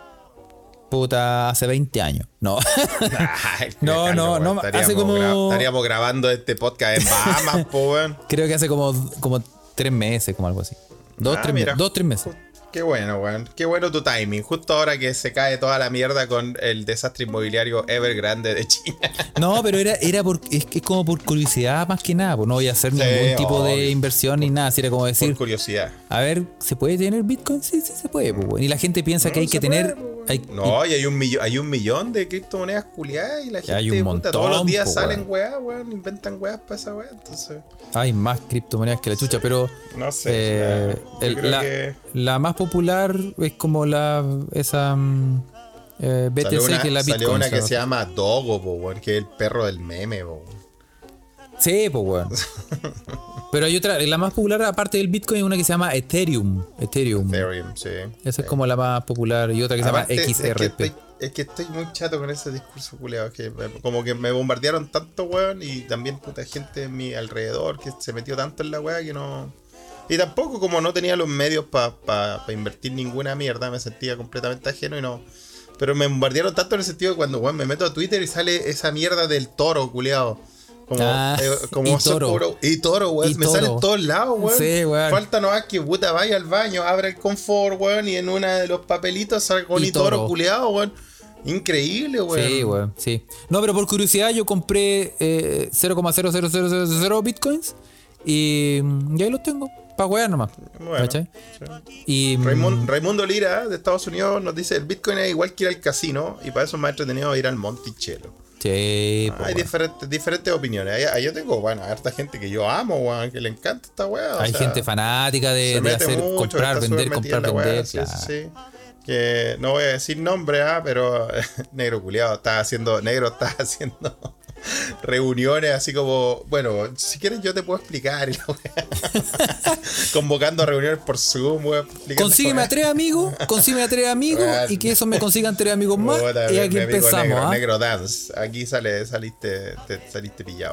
Puta, hace 20 años. No.
Ay,
No,
Alejandro,
no,
weón,
no,
Estaríamos,
hace como-
gra- estaríamos grabando este podcast en Bahamas, po, weón.
Creo que hace como, como 3 meses, como algo así. 2,
Ah,
3
mira.
meses. Dos, tres meses.
Qué bueno, weón. Qué bueno tu timing. Justo ahora que se cae toda la mierda con el desastre inmobiliario Evergrande de China.
No, pero era, era por, es, es como por curiosidad más que nada. Pues no voy a hacer ningún tipo
obvio.
de inversión ni nada. Si era como
Por
decir,
curiosidad.
a ver, ¿se puede tener Bitcoin? Sí, sí, se puede. pues, bueno. Y la gente piensa que hay que
se
tener.
puede, pues,
hay-
No, y hay un, millo- hay un millón de criptomonedas culiadas y la gente
hay un
puta, todos los
montón,
días
po,
salen weas, weón. Inventan weas para esa wea. Entonces,
hay más criptomonedas que la chucha, pero.
no sé. ya.
Eh,
Yo
el-
creo
la,
que-
la más popular es como la esa mm, Eh, BTC,
Salió una,
que es la Bitcoin.
salió una que
¿sabes?
se llama Dogo, po, weón, que es el perro del meme, po, weón.
Sí, pues weón. Pero hay otra, la más popular aparte del Bitcoin es una que se llama Ethereum. Ethereum.
Ethereum, sí.
Esa es como la más popular y otra que se llama
Aparte, Es
XRP.
que, estoy, es que estoy muy chato con ese discurso culeado. Que me- como que me bombardearon tanto, weón. Y también puta gente en mi alrededor que se metió tanto en la weá que no. Y tampoco, como no tenía los medios para invertir ninguna mierda, me sentía completamente ajeno y no. Pero me bombardearon tanto en el sentido que cuando weón, me meto a Twitter y sale esa mierda del toro, culeado. Como,
Ah,
eh, como
y
oso
toro.
puro- Y toro, weón.
Y
me sale
toro.
en todos lados, weón.
Sí, weón.
Falta nomás que puta vaya al baño, abra el confort, weón, y en una de los papelitos salga con
Y
y toro
toro.
culeado, weón. Increíble, weón.
Sí, weón, sí. No, pero por curiosidad yo compré eh, 0,00000 bitcoins y, mm, y ahí los tengo, para wear nomás.
Bueno,
¿cachai?
sí.
Y, mm,
Raimund- Raimundo Lira de Estados Unidos nos dice: el Bitcoin es igual que ir al casino, y para eso es más entretenido ir al Monticello.
sí, po,
Hay
Oh, weón.
diferentes, diferentes opiniones. Ahí, ahí yo tengo, bueno, harta gente que yo amo, weón, que le encanta esta weá. o
Hay
sea,
gente fanática eh, de,
se
de
mete
hacer
mucho,
comprar,
está súper
vender,
metida
comprar,
en la weá,
vender.
sí,
claro.
sí, sí. Que no voy a decir nombre, ah, pero negro culiado está haciendo, negro está haciendo reuniones así como, bueno, si quieres yo te puedo explicar. y la weá. Convocando reuniones por Zoom, weón. explicando
Consígueme
weá.
a tres amigos, consígueme a tres amigos
Weón.
y que esos me consigan tres amigos más.
Puta,
y
mi-
aquí
mi amigo
empezamos,
negro,
¿ah?
negro dance. Aquí sale, saliste, te- saliste pillado.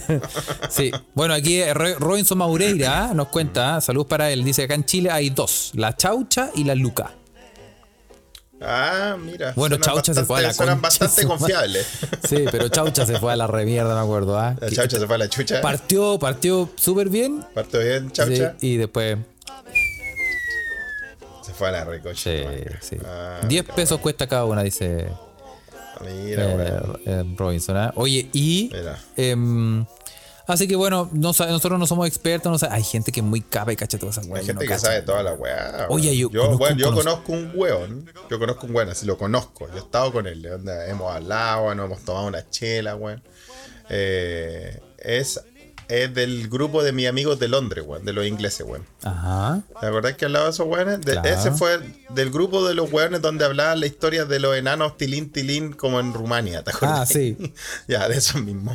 Sí. Bueno, aquí eh, Ro- Robinson Maureira ¿ah? nos cuenta, ¿ah? saludos para él. Dice acá en Chile hay dos, la chaucha y la luca.
ah, mira.
Bueno,
suenan
Chaucha se fue a la
bastante- Suenan
concha de
bastante
su madre.
confiables.
Sí, pero chaucha se fue a la remierda, me acuerdo. ¿ah?
La
Que-
chaucha se fue a la chucha.
Partió, partió súper bien.
Parto bien, chaucha.
sí, y después.
Se fue a la recocha.
Sí,
madre.
sí.
Ah,
10
mira,
pesos cuesta cada una, dice
weón. Mira,
eh,
weón.
eh, Robinson. ¿ah? Oye, y.
Mira.
em, así que bueno, no sa- nosotros no somos expertos. No sa- hay gente que es muy capa y cacha todas esas
Hay
weas,
gente
no
que
cacha.
sabe toda la weá.
Oye,
weón.
yo
yo,
conozco
weón,
un
yo
conoc-
conozco un weón. Yo conozco un weón, así lo conozco. Yo he estado con él. onda, hemos hablado, weón, hemos tomado una chela, weón. Eh, es, es del grupo de mis amigos de Londres, weón, de los ingleses, weón.
Ajá.
¿Te acordás que hablaba de esos weones? De-
Claro.
Ese fue el- del grupo de los weones donde hablaban la historia de los enanos tilín tilín como en Rumania, ¿te acordás?
Ah, sí.
ya, de eso mismo.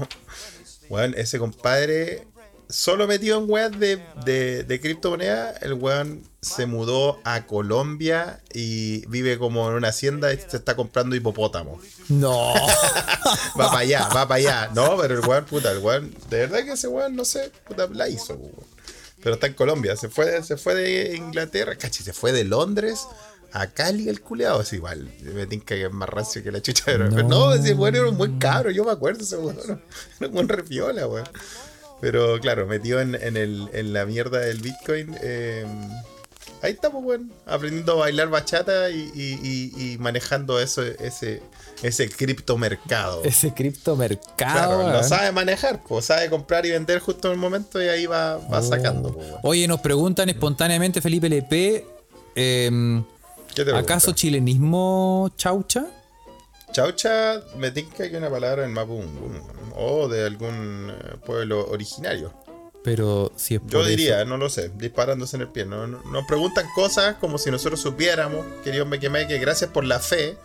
Weón, ese compadre, solo metido en weas de, de, de criptomonedas, el weón se mudó a Colombia y vive como en una hacienda y se está comprando hipopótamo.
No.
Va para allá, va para allá. No, pero el weón, puta, el weón, de verdad que ese weón, no sé, puta, la hizo, weón. Pero está en Colombia, se fue, se fue de Inglaterra, cachi, se fue de Londres a Cali el culeado. Es igual, me tinca que es más rancio que la chucha, pero pero no, ese weón era un buen cabro, yo me acuerdo ese weón, era un buen repiola, weón. Pero claro, metido en, en el, en la mierda del Bitcoin. eh, ahí estamos, weón. Aprendiendo a bailar bachata y, y- y- y manejando eso, ese, ese criptomercado.
Ese criptomercado. ¿eh?
Claro, lo
weón.
sabe manejar, pues sabe comprar y vender justo en el momento y ahí va, va
Oh,
sacando. po, pues, weón.
Oye, nos preguntan espontáneamente, Felipe LP. em,
¿Qué te
¿Acaso
pregunta?
chilenismo chaucha?
Chaucha me tinca que una palabra en Mapungún o de algún eh, pueblo originario.
Pero si es por
Yo
eso-
diría, no lo sé, disparándose en el pie. No- no- nos preguntan cosas como si nosotros supiéramos, querido me quemé, que gracias por la fe.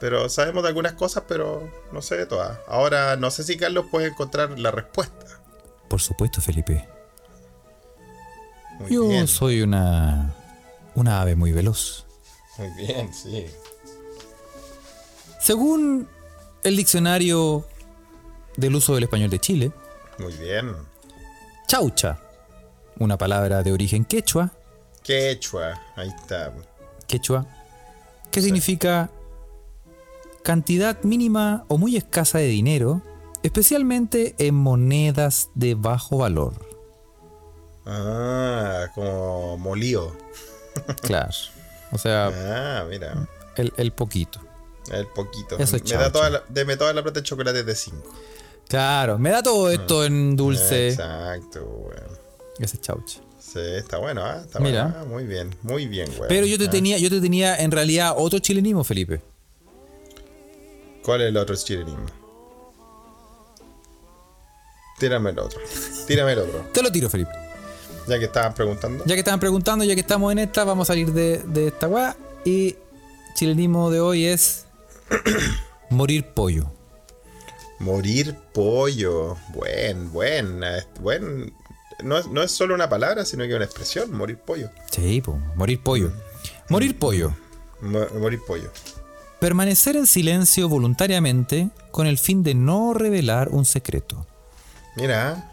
Pero sabemos de algunas cosas, pero no sé de todas. Ahora, no sé si Carlos puede encontrar la respuesta.
Por supuesto, Felipe.
Muy
Yo
bien,
soy una. Una ave muy veloz.
muy bien, sí.
Según el diccionario del uso del español de Chile,
Muy bien.
chaucha, una palabra de origen quechua,
Quechua, ahí está.
quechua, que significa cantidad mínima o muy escasa de dinero, especialmente en monedas de bajo valor.
Ah, como molío.
Claro. O sea,
Ah, mira.
el, el poquito.
El poquito.
Eso es
me da
chaucha.
toda la, deme toda la plata de chocolate de 5.
Claro, me da todo esto en dulce.
Mm. Exacto, weón.
Ese chaucha.
Sí, está bueno, ah, está
Mira.
bueno. Ah, muy bien, muy bien, weón.
Pero yo te
Ah,
tenía, yo te tenía en realidad otro chilenismo, Felipe.
¿Cuál es el otro chilenismo? Tírame el otro. Tírame el otro.
Te lo tiro, Felipe.
Ya que estaban preguntando.
Ya que estaban preguntando, ya que estamos en esta, vamos a salir de, de esta weá. Y chilenismo de hoy es Morir pollo.
Morir pollo. Buen, buen, eh, buen. No es, no es solo una palabra, sino que una expresión, morir pollo.
Sí, po, morir
Mm.
pollo. Morir pollo.
Mo- morir pollo.
Permanecer en silencio voluntariamente con el fin de no revelar un secreto.
Mira, ¿ah?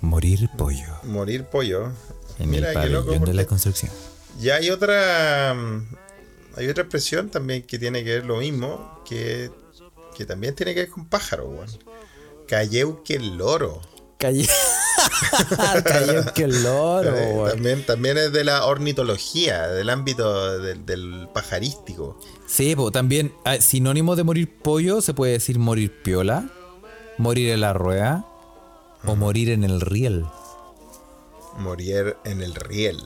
Morir pollo.
morir pollo.
En
Mira,
el
qué loco.
pabellón de la
porque
construcción.
Ya hay otra. mm, Hay otra expresión también que tiene que ver lo mismo, que, que también tiene que ver con pájaro, weón. Calleuque el loro.
Cayó. Cayó que el loro,
Eh,
weón.
también, también es de la ornitología, del ámbito del, del pajarístico.
Sí, po, también ah, sinónimo de morir pollo se puede decir morir piola, morir en la rueda o morir en el riel.
Morir en el riel.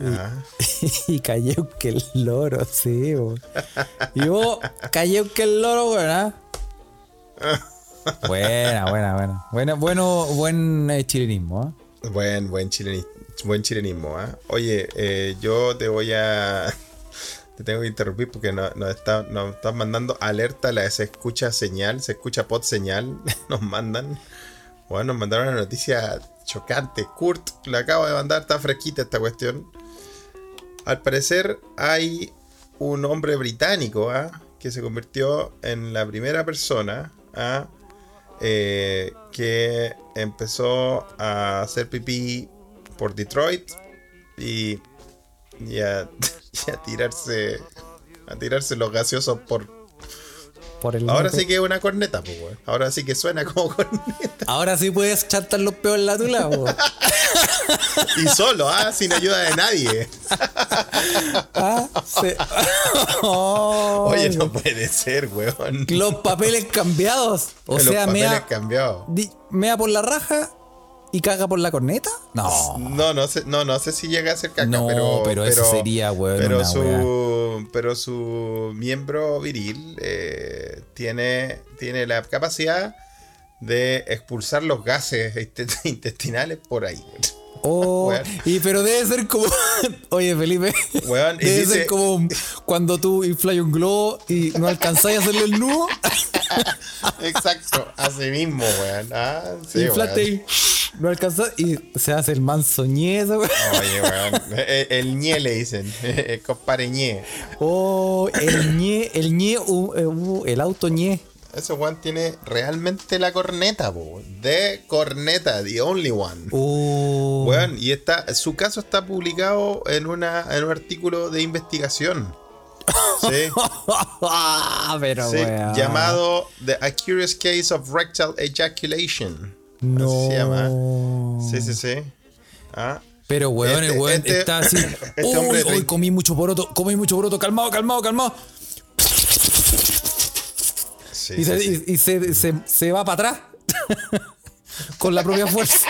Ah,
Y cayó que el loro, sí, weón. Y vos, cayó que el loro, weón, ¿ah?
Buena, buena, buena. Buena, bueno, buen eh, chilenismo, ¿ah?
buen, buen, chileni- buen chilenismo. ah. Oye, eh, yo te voy a. Te tengo que interrumpir porque no- nos está- nos están mandando alerta. La, se escucha señal, se escucha pod señal. Nos mandan. Bueno, nos mandaron una noticia Ah, chocante. Kurt, la acabo de mandar, está fresquita esta cuestión. Al parecer hay un hombre británico ¿ah? que se convirtió en la primera persona ¿ah? Eh, que empezó a hacer pipí por Detroit y, y a, y a tirarse a tirarse los gaseosos por...
Por el
Ahora
norte.
sí que es una corneta, pues, weón. Ahora sí que suena como corneta.
Ahora sí puedes chantar los peos en la tula, weón.
Y solo, ¿ah? Sin ayuda de nadie.
Ah, se- Oh,
Oye, no puede ser, weón.
Los papeles cambiados. O
Los
sea,
papeles
mea,
cambiados.
di- mea por la raja y caga por la corneta. No.
No, no sé, no, no sé si llega a ser caca,
No,
pero,
pero eso sería, weón,
Pero
una
su, pero su miembro viril eh, tiene, tiene la capacidad de expulsar los gases inte- intestinales por ahí.
Oh,
Weón.
y pero debe ser como. Oye, Felipe.
Weón, y
debe
dice-
ser como cuando tú inflas un globo y no alcanzáis a hacerle el nudo.
Exacto, así mismo, weón. Ah, sí,
inflaste
weón.
y no alcanzás y se hace el manzoñezo, weón.
Oye, weón. eh, eh, El ñe le dicen. El compare ñe.
Oh, el ñe, el ñe, uh, eh, uh, el auto ñe.
Ese weón tiene realmente la corneta, po. De corneta, the only one.
Oh.
Weón, y está, su caso está publicado en, una, en un artículo de investigación. Sí,
pero,
sí,
weón.
llamado The A Curious Case of Rectal Ejaculation.
No.
Así se llama. Sí, sí, sí. Ah,
Pero, weón,
Este-
el weón
este-
está así.
este
uy,
hombre de
uy,
trein-
comí mucho poroto, comí mucho poroto, calmado, calmado, calmado.
sí,
Y, se,
sí, sí.
y- y se- se- se va para atrás. Con la propia fuerza.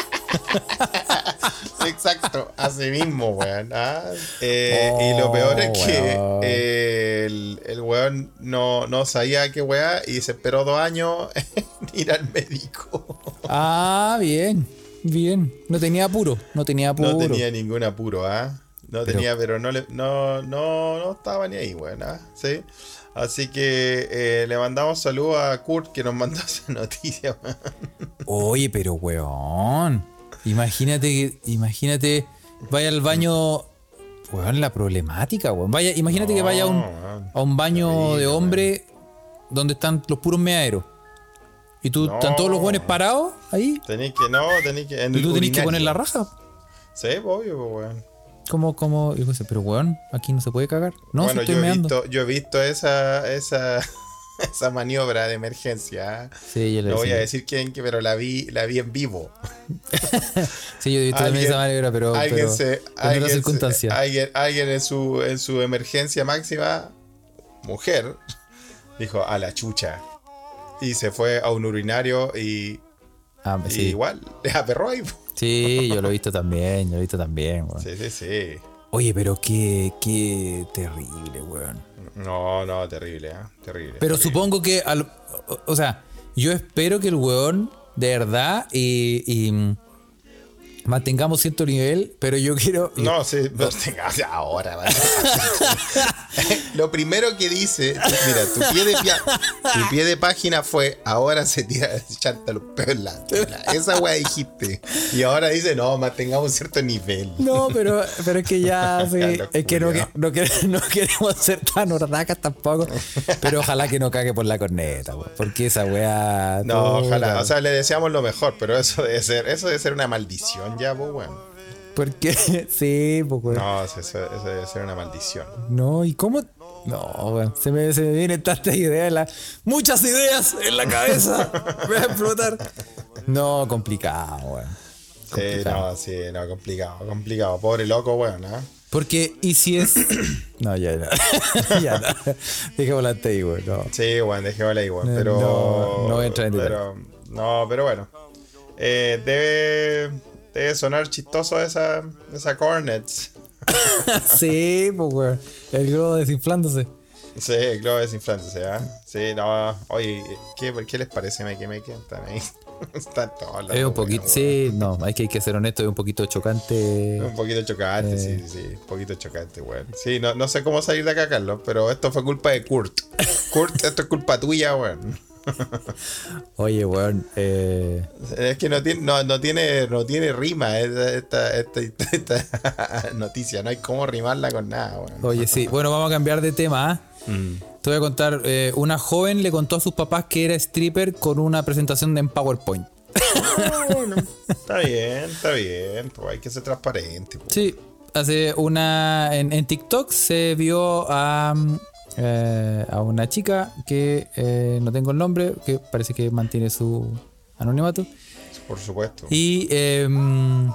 Exacto, así mismo, weón. Ah, eh, y lo
Oh,
peor es que
weón.
eh, el, el weón no, no sabía qué weá y se esperó dos años en ir al médico.
Ah, bien. Bien. No tenía apuro. No tenía apuro.
No tenía ningún apuro, ¿ah? No tenía, pero no le, no, no, no estaba ni ahí, weón, ¿ah? Sí. Así que eh, le mandamos saludos a Kurt que nos mandó esa noticia. weón.
Oye, pero, weón. Imagínate, que- imagínate, vaya al baño. Weón, la problemática, weón. Vaya, imagínate que vaya a un,
No, weón.
a un baño de
Terrible,
hombre donde están los puros meaderos. Y tú,
No.
están todos los weones parados ahí.
Tenés que, no, tenés que. En
Y
el
tú tenés que
urinario.
poner la raja.
Sí, obvio, pues, weón.
Como, como, y yo qué sé, pero weón, aquí no se puede cagar. No, se
bueno,
estoy
yo he,
meando.
visto, yo he visto esa, esa, esa maniobra de emergencia. ¿ah?
Sí, yo le
No voy a
decía.
decir quién, que- pero la vi, la vi en vivo.
Sí, yo he visto también
Alguien-
esa manera, pero.
alguien
pero
se,
con otra
alguien, se-
circunstancia.
alguien- alguien en su en su emergencia máxima mujer dijo a la chucha y se fue a un urinario y,
Ah,
y
sí.
igual le aperró ahí
sí, yo lo he visto también, yo lo he visto también, weón.
sí sí sí
Oye, pero qué, qué terrible, weón.
no no terrible ¿eh? terrible
Pero
terrible.
supongo que, al- o- o sea, yo espero que el weón, de verdad, y, y mm, Mantengamos cierto nivel, pero yo quiero.
No, sí, no tengas ahora. ¿vale? Lo primero que dice, mira, tu pie de, pia- tu pie de página fue, ahora se tira chanta los peos en la cola". Esa weá dijiste. Y ahora dice, no, mantengamos cierto nivel.
No, pero, pero es que ya, sí,
Carlos
es que no,
culiao.
que- no quere- no queremos ser tan hordacas tampoco. Pero ojalá que no cague por la corneta, po, porque esa weá.
No,
puta,
ojalá. O sea, le deseamos lo mejor, pero eso debe ser, eso debe ser una maldición ya, pues, weón.
Porque, sí, pues, weón.
No, eso, eso debe ser una maldición.
No, ¿y cómo? No, weón, se me, se me vienen tantas ideas, la- muchas ideas en la cabeza. Me va a explotar. No, complicado, weón.
Sí, no, sí, no, complicado, complicado. Pobre loco, weón, ¿ah?
Porque, ¿y si es.
No, ya no. ya no. Dejémosla hasta ahí, weón. No.
Sí, weón, dejémosla ahí, weón.
No,
Pero.
no, no voy a entrar en detalle.
pero- No, pero bueno. Eh, debe, debe sonar chistoso esa, esa Cornets.
Sí, pues, weón. El globo desinflándose.
Sí, globo desinflándose, ¿ah? Sí, no. Oye, ¿qué, qué les parece? Me que me están ahí. Están todos los
Es un
weones,
poquito.
weón.
Sí, no, hay que, hay que ser honesto, es un poquito chocante.
Un poquito chocante, sí,
Eh.
sí, sí. Un poquito chocante, weón. Sí, no, no sé cómo salir de acá, Carlos, pero esto fue culpa de Kurt. Kurt, esto es culpa tuya, weón.
Oye, weón, eh,
Es que no tiene, no, no tiene, no tiene rima esta, esta- esta- esta noticia, no hay cómo rimarla con nada, weón.
Oye, sí. Bueno, vamos a cambiar de tema. ¿ah? Te voy a contar. eh, una joven le contó a sus papás que era stripper con una presentación en PowerPoint.
Está bien, está bien, pues hay que ser transparente. pues.
Sí, hace una. En, en TikTok se vio a. mm, eh, a una chica que eh, no tengo el nombre, que parece que mantiene su anonimato.
Por supuesto.
Y em,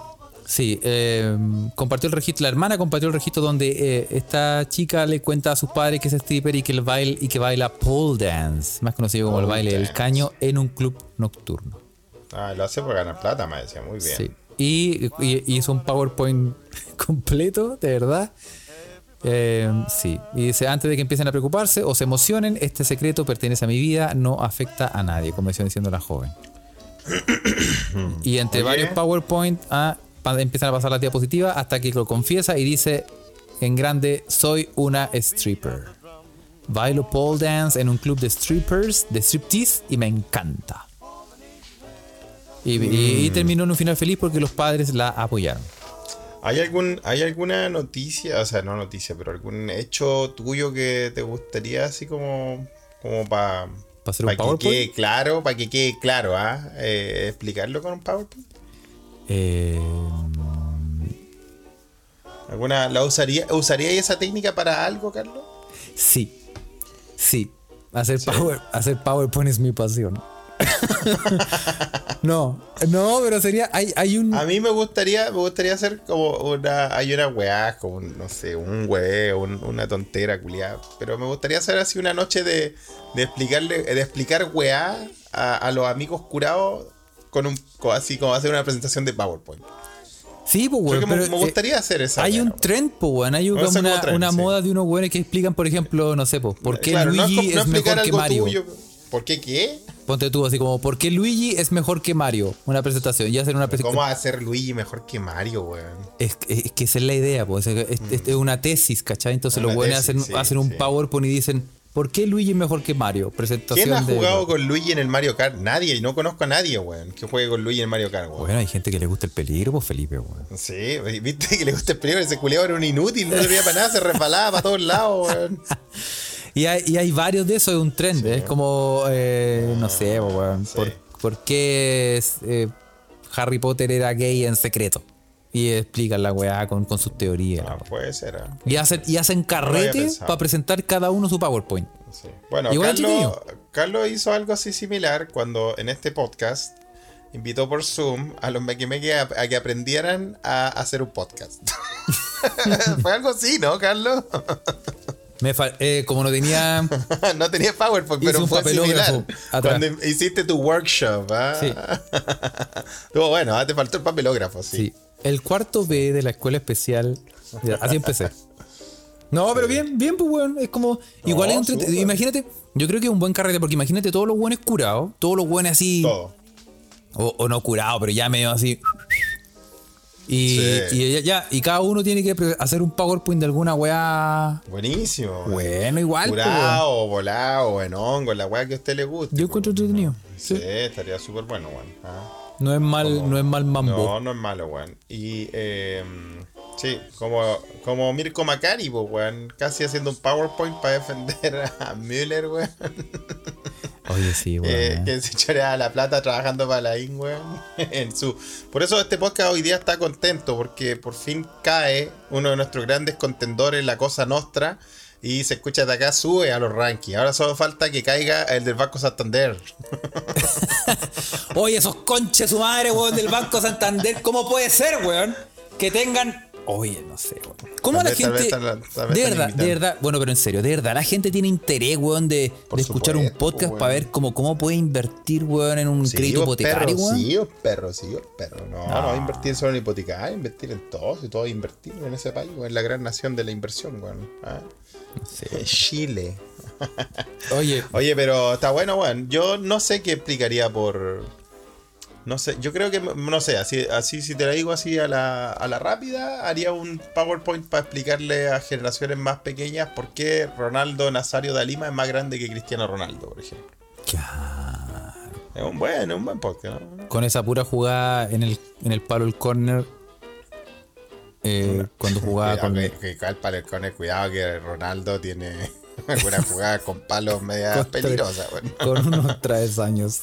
sí, em, compartió el registro, la hermana compartió el registro donde eh, esta chica le cuenta a sus padres que es stripper y que, el baile, y que baila pole dance, más conocido como el
Pole
baile del
dance.
caño, en un club nocturno.
Ah, lo hace por ganar plata, me decía, muy bien.
Sí. Y, y- y hizo un PowerPoint completo, de verdad. Em, sí, y dice, antes de que empiecen a preocuparse o se emocionen, este secreto pertenece a mi vida, no afecta a nadie, comenzó diciendo la joven. y entre
Oye.
varios PowerPoint ah, pa- empiezan a pasar las diapositivas hasta que lo confiesa y dice en grande, soy una stripper. Bailo pole dance en un club de strippers, de striptease, y me encanta. Y, y- y terminó en un final feliz porque los padres la apoyaron.
¿Hay, algún, ¿Hay alguna noticia, o sea, no noticia, pero algún hecho tuyo que te gustaría así como, como para
¿Pa hacer un
que
PowerPoint?
quede claro, para que quede claro, ¿ah? Eh, explicarlo con un PowerPoint?
Eh,
¿Alguna, la usaría, usaría esa técnica para algo, Carlos?
sí, sí.
hacer, Power, hacer PowerPoint es mi pasión. no, no, pero sería. Hay, hay un.
A mí me gustaría, me gustaría hacer como una, hay una weá, como un- no sé, un weé, un- una tontera culiada, pero me gustaría hacer así una noche de, de explicarle, de explicar weá a, a los amigos curados con un, con- así como hacer una presentación de PowerPoint.
Sí, pues,
Creo
weón,
que me,
pero,
me
eh,
gustaría hacer esa.
hay
weá,
un
weón.
trend, pues, weón. Hay
Eso
como
como
una,
trend,
una
sí.
moda de unos weones que explican, por ejemplo, no sé, pues, por qué
Claro, no
Luigi
co- no
es mejor
explicar
que
algo
Mario.
tuyo. ¿Por qué qué?
Ponte tú así como, ¿por qué Luigi es mejor que Mario? Una presentación. Y hacer una presentación.
¿Cómo va a ser Luigi mejor que Mario, weón?
Es, es- es que esa es la idea, pues. Es, es- es- es una tesis, ¿cachai? Entonces
Mm. Una
los buenos
tesis,
hacen,
sí,
hacen un
sí.
PowerPoint y dicen, ¿por qué Luigi es mejor que Mario? Presentación
¿Quién ha
de-
jugado con Luigi en el Mario Kart? Nadie, y no conozco a nadie, weón, que juegue con Luigi en el Mario Kart, weón.
Bueno, hay gente que le gusta el peligro, pues Felipe, weón.
Sí, güey, viste que le gusta el peligro, ese culiao era un inútil, no servía para nada, se resbalaba para todos lados, weón.
Y hay, y hay varios de esos, es un trend, es como, eh, no sé, pues, weón.
Sí.
¿Por, por qué es, eh, Harry Potter era gay en secreto? Y explican la weá con, con sus teorías.
Ah, puede ser. ah.
Y hacen, y hacen carrete
pensado.
para presentar cada uno su PowerPoint.
Sí. Bueno,
Igual
Carlos, Carlos hizo algo así similar cuando en este podcast invitó por Zoom a los mequimeque a, a que aprendieran a hacer un podcast. Fue algo así, ¿no, Carlos?
Me fal- eh, como no tenía
no tenía PowerPoint,
Hice
pero
un
fue
papelógrafo
similar.
atrás.
Cuando hiciste tu workshop, ¿ah?
Sí.
Estuvo bueno, ah, te faltó el papelógrafo,
Sí. El cuarto B de la escuela especial. Ya, así empecé. No, pero bien, bien, pues, weón. Es como. Igual es entrete-
súper.
Imagínate, yo creo que es un buen carrete, porque imagínate todos los buenos curados, todos los buenos así.
Todo.
O, o no curados, pero ya medio así. Y,
Sí.
y ya, ya, y cada uno tiene que pre- hacer un PowerPoint de alguna weá.
Buenísimo.
Bueno, igual. po, weón.
Curado, volado, en hongo, la weá que a usted le guste.
Yo
po.
encuentro entretenido.
Sí,
Sí.
estaría súper bueno, weón. Ah.
No es mal, no es mal mambo.
No, no es malo, weón. Y, eh, sí, como, como Mirko Macari, po, weón. Casi haciendo un PowerPoint para defender a Müller, weón.
Oye, sí, weón.
Eh, que se chorea la plata trabajando para la IN, weón. En su... Por eso este podcast hoy día está contento, porque por fin cae uno de nuestros grandes contendores, la cosa nostra, y se escucha de acá, sube a los rankings. Ahora solo falta que caiga el del Banco Santander.
Oye, esos conches su madre, weón, del Banco Santander, ¿cómo puede ser, weón? Que tengan. Oye, no sé, weón.
¿Cómo
Tal
la
vez- tal
gente.
vez están- tal vez
de
están
verdad, de
invitando.
verdad. Bueno, pero en serio, de verdad, la gente tiene interés, weón, de,
Por
de escuchar un
supuesto,
podcast
weón.
para ver cómo, cómo puede invertir, weón, en un crédito
vos,
hipotecario,
perro,
weón.
Sí, vos, perro, sí, vos, perro. No, no, invertir solo en hipoteca, invertir en todo, si todo es invertir en ese país, weón, la gran nación de la inversión, weón. Ah. Chile.
Oye,
Oye, pero está bueno, weón. Yo no sé qué explicaría por. No sé, yo creo que, no sé, así, así si te la digo así a la, a la rápida, haría un PowerPoint para explicarle a generaciones más pequeñas por qué Ronaldo Nazario da Lima es más grande que Cristiano Ronaldo, por ejemplo. Es un buen, es un buen podcast, ¿no?
con esa pura jugada en el, en el palo del corner. eh, cuando jugaba
Cuidado
con.
que- que cae el palo del córner, cuidado que Ronaldo tiene alguna jugada con palos media
Contra-
peligrosa, weón.
Con unos años.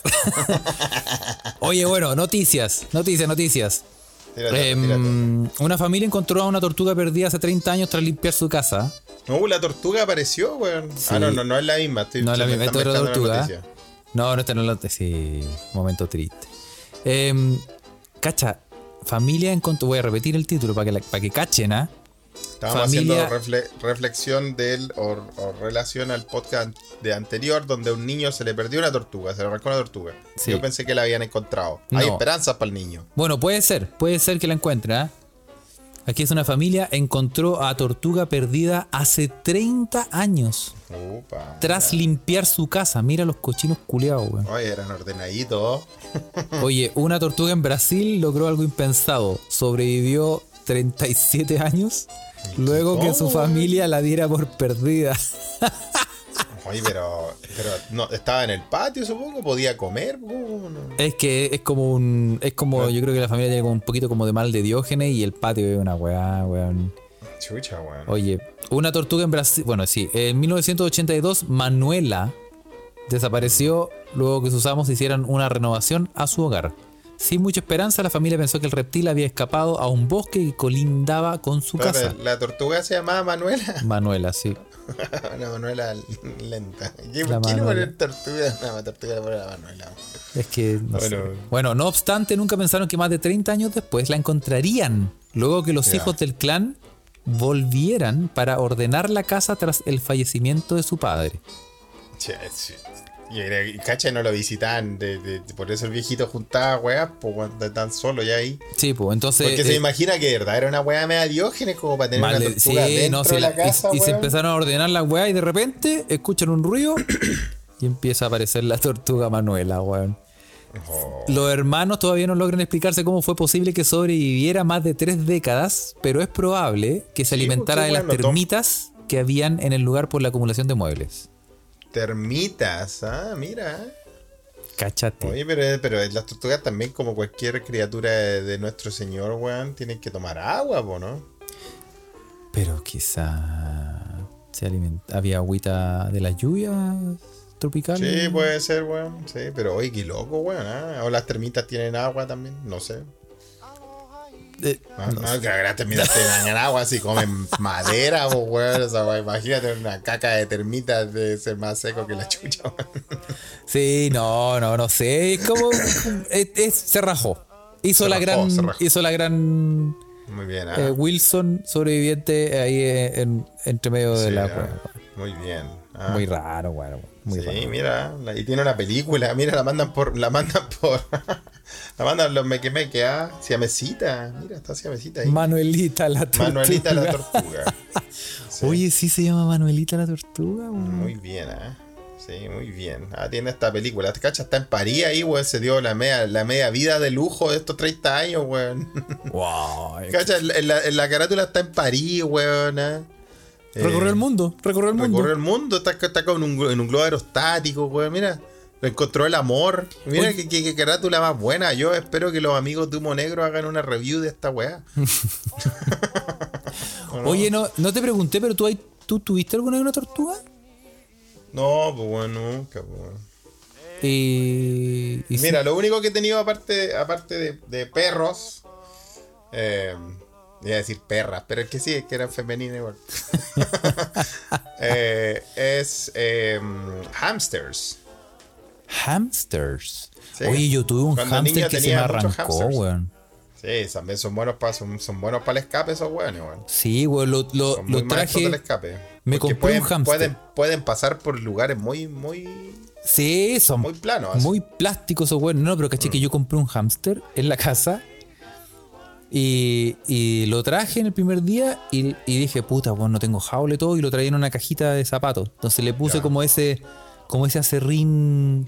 Oye, bueno, noticias, noticias, noticias.
Tírate, tírate.
Em, una familia encontró a una tortuga perdida hace 30 años tras limpiar su casa.
Uh, la tortuga apareció, weón. Ah, no, no, no es la misma. Estoy,
No es la
me
misma,
están
esto era
mezclando la
tortuga.
noticia.
No, no está en la Sí, momento triste. Em, cacha, familia encontró. Voy a repetir el título para que, la- para que cachen, ¿ah?
Estábamos
Familia-
haciendo refle- reflexión del o, o relación al podcast de anterior donde a un niño se le perdió una tortuga, se le arrancó una tortuga.
Sí.
Yo pensé que la habían encontrado. Hay
No.
esperanzas para el niño.
Bueno, puede ser, puede ser que la encuentre, ¿ah? Aquí es una familia encontró a tortuga perdida hace 30 años
Upa.
tras limpiar su casa. Mira los cochinos culeados, weón.
Oye, eran ordenaditos.
Oye, una tortuga en Brasil logró algo impensado. Sobrevivió 37 años luego que su
¿Cómo?
familia la diera por perdida.
Oye, pero, pero no, estaba en el patio, supongo, podía comer. ¿cómo no?
Es que es como un. Es como. Yo creo que la familia tiene como un poquito como de mal de Diógenes y el patio es una weá, weón.
Chucha, weón.
Oye, una tortuga en Brasil. Bueno, sí. En 1982, Manuela desapareció luego que sus amos hicieran una renovación a su hogar. Sin mucha esperanza, la familia pensó que el reptil había escapado a un bosque que colindaba con su
Espérate,
casa.
La tortuga se llamaba Manuela.
Manuela, sí.
La Manuela lenta. ¿Qué,
La
¿Por qué le
Manuela.
ponen tortuga? No, tortuga le ponen la Manuela.
Es que. no sé.
Bueno.
bueno. no obstante, nunca pensaron que más de 30 años después la encontrarían. Luego que los
Ya.
hijos del clan volvieran para ordenar la casa tras el fallecimiento de su padre.
Che, che. Y era- y cacha no lo visitaban, de- de- de- por eso el viejito juntaba weas, pues cuando tan solo ya ahí.
Sí, pues entonces.
Porque se
eh,
imagina que de verdad era una wea media diógenes como para tener
mal- sí,
una tortuga dentro
no, sí,
de la
la- y-
casa,
y, se
weón.
empezaron a ordenar las weas y de repente escuchan un ruido y empieza a aparecer la tortuga Manuela, weón.
Oh,
Los hermanos todavía no logran explicarse cómo fue posible que sobreviviera más de tres décadas, pero es probable que se
Sí,
alimentara
porque,
de las
bueno, Tom-
termitas que habían en el lugar por la acumulación de muebles.
termitas, ah, mira.
Cáchate.
Oye, pero, pero las tortugas también, como cualquier criatura de, de nuestro señor, weón, tienen que tomar agua, po, ¿no?
Pero quizá se alimenta. Había agüita de las lluvias tropicales.
Sí, pues. puede ser, weón. Sí, pero oye, qué loco, weón. ah. O las termitas tienen agua también, no sé.
Eh,
Ah, No, no, que las termitas te dan agua si comen madera, po, weón. O sea, weón, imagínate una caca de termitas de ser más seco que la chucha, weón.
Sí, no, no, no sé. Es como. es- es- se rajó. Hizo
Se
la
rajó,
gran.
se rajó.
Hizo la gran.
Muy bien, ah.
eh, Wilson sobreviviente ahí eh, en, entre medio
Sí,
de la.
ah, Muy bien. ah.
Muy raro, bueno. Muy
sí,
raro.
mira, la- y tiene una película, mira, la mandan por, la mandan por, la mandan los mequemeque, ah, siamesita, mira, está siamesita ahí.
Manuelita la tortuga.
Manuelita la tortuga. Sí,
Oye, sí se llama Manuelita la tortuga. güey.
Muy bien, ah. Sí, muy bien. Ah, tiene esta película. Te cachas, está en París ahí, weón. Se dio la media, la media vida de lujo de estos 30 años, weón.
Wow. eh,
Cacha, en la, en la carátula está en París, weón. ah. Eh,
Recorrió el mundo, recorrió el mundo.
Recorrió el mundo, está, está con un, glo- en un globo aerostático, weón. Mira, lo encontró el amor. Mira qué qué- qué carátula más buena. Yo espero que los amigos de Humo Negro hagan una review de esta weá.
Oye, no, no te pregunté, pero tú, hay, ¿tú tuviste alguna vez una tortuga?
No, pues weón, nunca, pues, weón.
Eh, y sí.
Mira, lo único que he tenido aparte, aparte de, de perros. eh, iba a decir perras, pero es que sí, es que eran femeninas igual. Eh, es eh, hamsters.
Hamsters.
Sí.
Oye, yo tuve un
Cuando niño
hamster que se me
tenía muchos
arrancó,
hamsters.
weón.
Sí, también son buenos para son, son buenos para el escape esos weones, weón.
Sí, weón, lo, lo-
Son
lo
muy maestros
traje.
del escape.
me compré
Porque
un
pueden,
hámster.
Pueden, pueden pasar por lugares muy, muy,
Sí, son
muy Mm.
muy,
planos. así.
plásticos o bueno. No, pero caché que yo compré un hámster en la casa y, y lo traje en el primer día y, y dije, puta, bueno, no tengo jaula y todo, y lo traía en una cajita de zapatos. Entonces le puse
Ya.
como ese, como ese acerrín.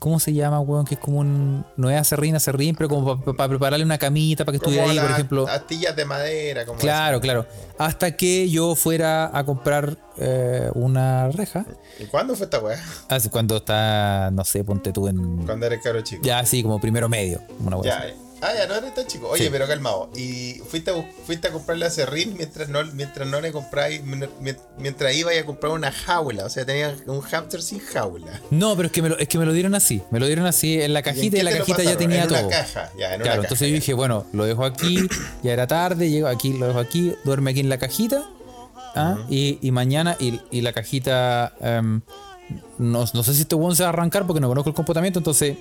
¿Cómo se llama, weón? Que es como un. No es acerrín, acerrín, pero como para prepararle una camita para que
Como
estuviera ahí, por
las
ejemplo.
astillas de madera, como
Claro, claro. Hasta que yo fuera a comprar eh, una reja.
esas. ¿Y cuándo fue esta weá?
Así Ah, cuando está, no sé, ponte tú en.
Cuando eres caro chico.
Ya, pues. así como primero medio. Una wea
Ya,
así.
eh. ah, ya no eres tan chico. Oye, pero calmado. ¿Y fuiste a, bus- fuiste a comprarle a Serrín mientras no, mientras no le compráis, mien- mientras iba a comprar una jaula? O sea, tenía un hamster sin jaula.
No, pero es que, me lo, es que me lo dieron así. Me lo dieron así en la
¿Y en
cajita
qué
y, la
te lo
cajita ya
pasaron?
tenía
en
todo.
Una caja, ya, en
claro,
una caja,
entonces yo
ya.
dije, bueno, lo dejo aquí, ya era tarde, llego aquí, lo dejo aquí, duerme aquí en la cajita. ¿ah? y, y mañana, y, y la cajita. em, no, no sé si este weón se va a arrancar porque no conozco el comportamiento, entonces.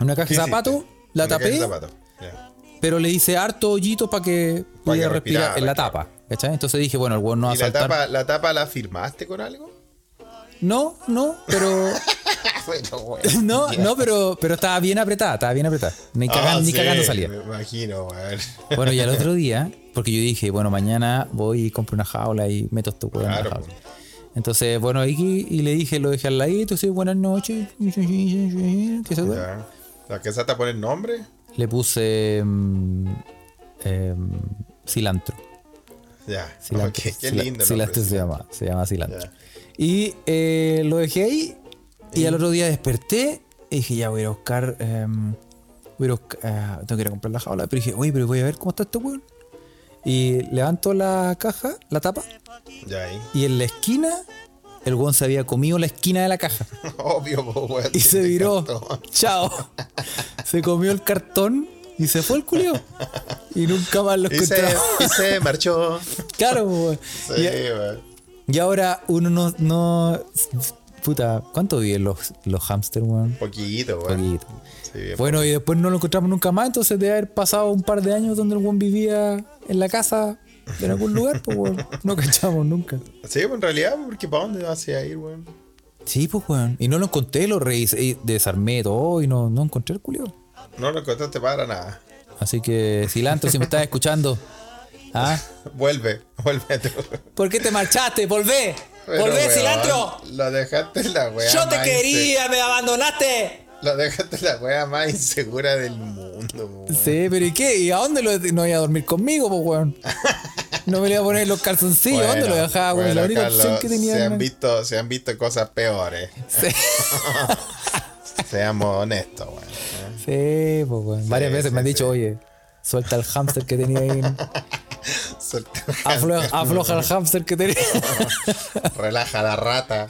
Una caja
¿Qué
de zapato,
hiciste?
la
Una caja de
tapé.
zapatos, ya.
pero le hice harto hoyito para que pudiera respirar
respirara,
en la
claro.
tapa. ¿cachai? Entonces dije, bueno, el weón no va a
¿Y la
saltar.
tapa, la tapa la firmaste con algo?
No, no, pero.
bueno,
No, no, pero, pero estaba bien apretada, estaba bien apretada. Ni, cagan- ni cagando salía.
Ah, Me imagino, weón.
Bueno, y al otro día, porque yo dije, bueno, mañana voy y compro una jaula y meto este huevo en
Claro,
la jaula. Entonces, bueno, y, y le dije, lo dejé al ladito, sí, buenas noches. que se duerma.
Ya. ¿La que te pone el nombre?
Le puse mm, em, cilantro.
Ya.
Cilantro.
Ok, qué
Cila-
lindo. el
cilantro
nombre.
este se llama, se llama cilantro.
Ya.
Y eh, lo dejé ahí. Y, al otro día desperté. Y dije, ya voy a ir a buscar. em, voy a ir a buscar- ah, tengo que ir a comprar la jaula. Pero dije, oye, pero voy a ver cómo está este weón. Y levanto la caja, la tapa.
Ya ahí.
Y en la esquina, el weón se había comido la esquina de la caja.
Obvio, po, weón.
Y se
te
viró.
encantó.
Chao. Se comió el cartón. Y se fue el culio. Y nunca más lo
Y se,
encontramos.
y se marchó.
Claro, weón.
Sí,
Y-
weón.
Y ahora uno no. no puta, ¿cuánto viven los, los hamsters, weón?
Poquito, weón.
Poquito.
Sí, bien.
Bueno, y después no lo encontramos nunca más, entonces debe haber pasado un par de años donde el weón vivía en la casa en algún lugar, pues weón. No cachamos nunca.
Sí, pues, en realidad, porque ¿para dónde vas a ir, weón?
Sí, pues weón. Y no lo encontré, lo revisé, y desarmé todo y no, no encontré el culio.
No lo encontraste para nada.
Así que, cilantro, si me estás escuchando. ¿Ah?
Vuelve, vuelve tú.
¿Por qué te marchaste? ¡Volvé!
Pero,
¡Volvé,
weón,
cilantro!
Lo dejaste en la weá.
¡Yo te
más
quería! ¡Me abandonaste!
inse- Lo dejaste en la weá más insegura del mundo, weón.
Sí, pero ¿y qué? ¿Y a dónde lo no iba a dormir conmigo, pues weón? No me le iba a poner los calzoncillos, ¿a dónde lo
Bueno,
dejaba, weón?
bueno,
la única
Carlos,
opción que tenía
se
era-
han, visto, se han visto cosas peores.
Sí,
Seamos honestos, weón.
sí, pues weón. Varias
Sí,
veces
sí,
me han
sí.
dicho, oye, suelta el hámster que tenía ahí.
Suelta-
Afloja, afloja el hámster que tenía.
Relaja la rata.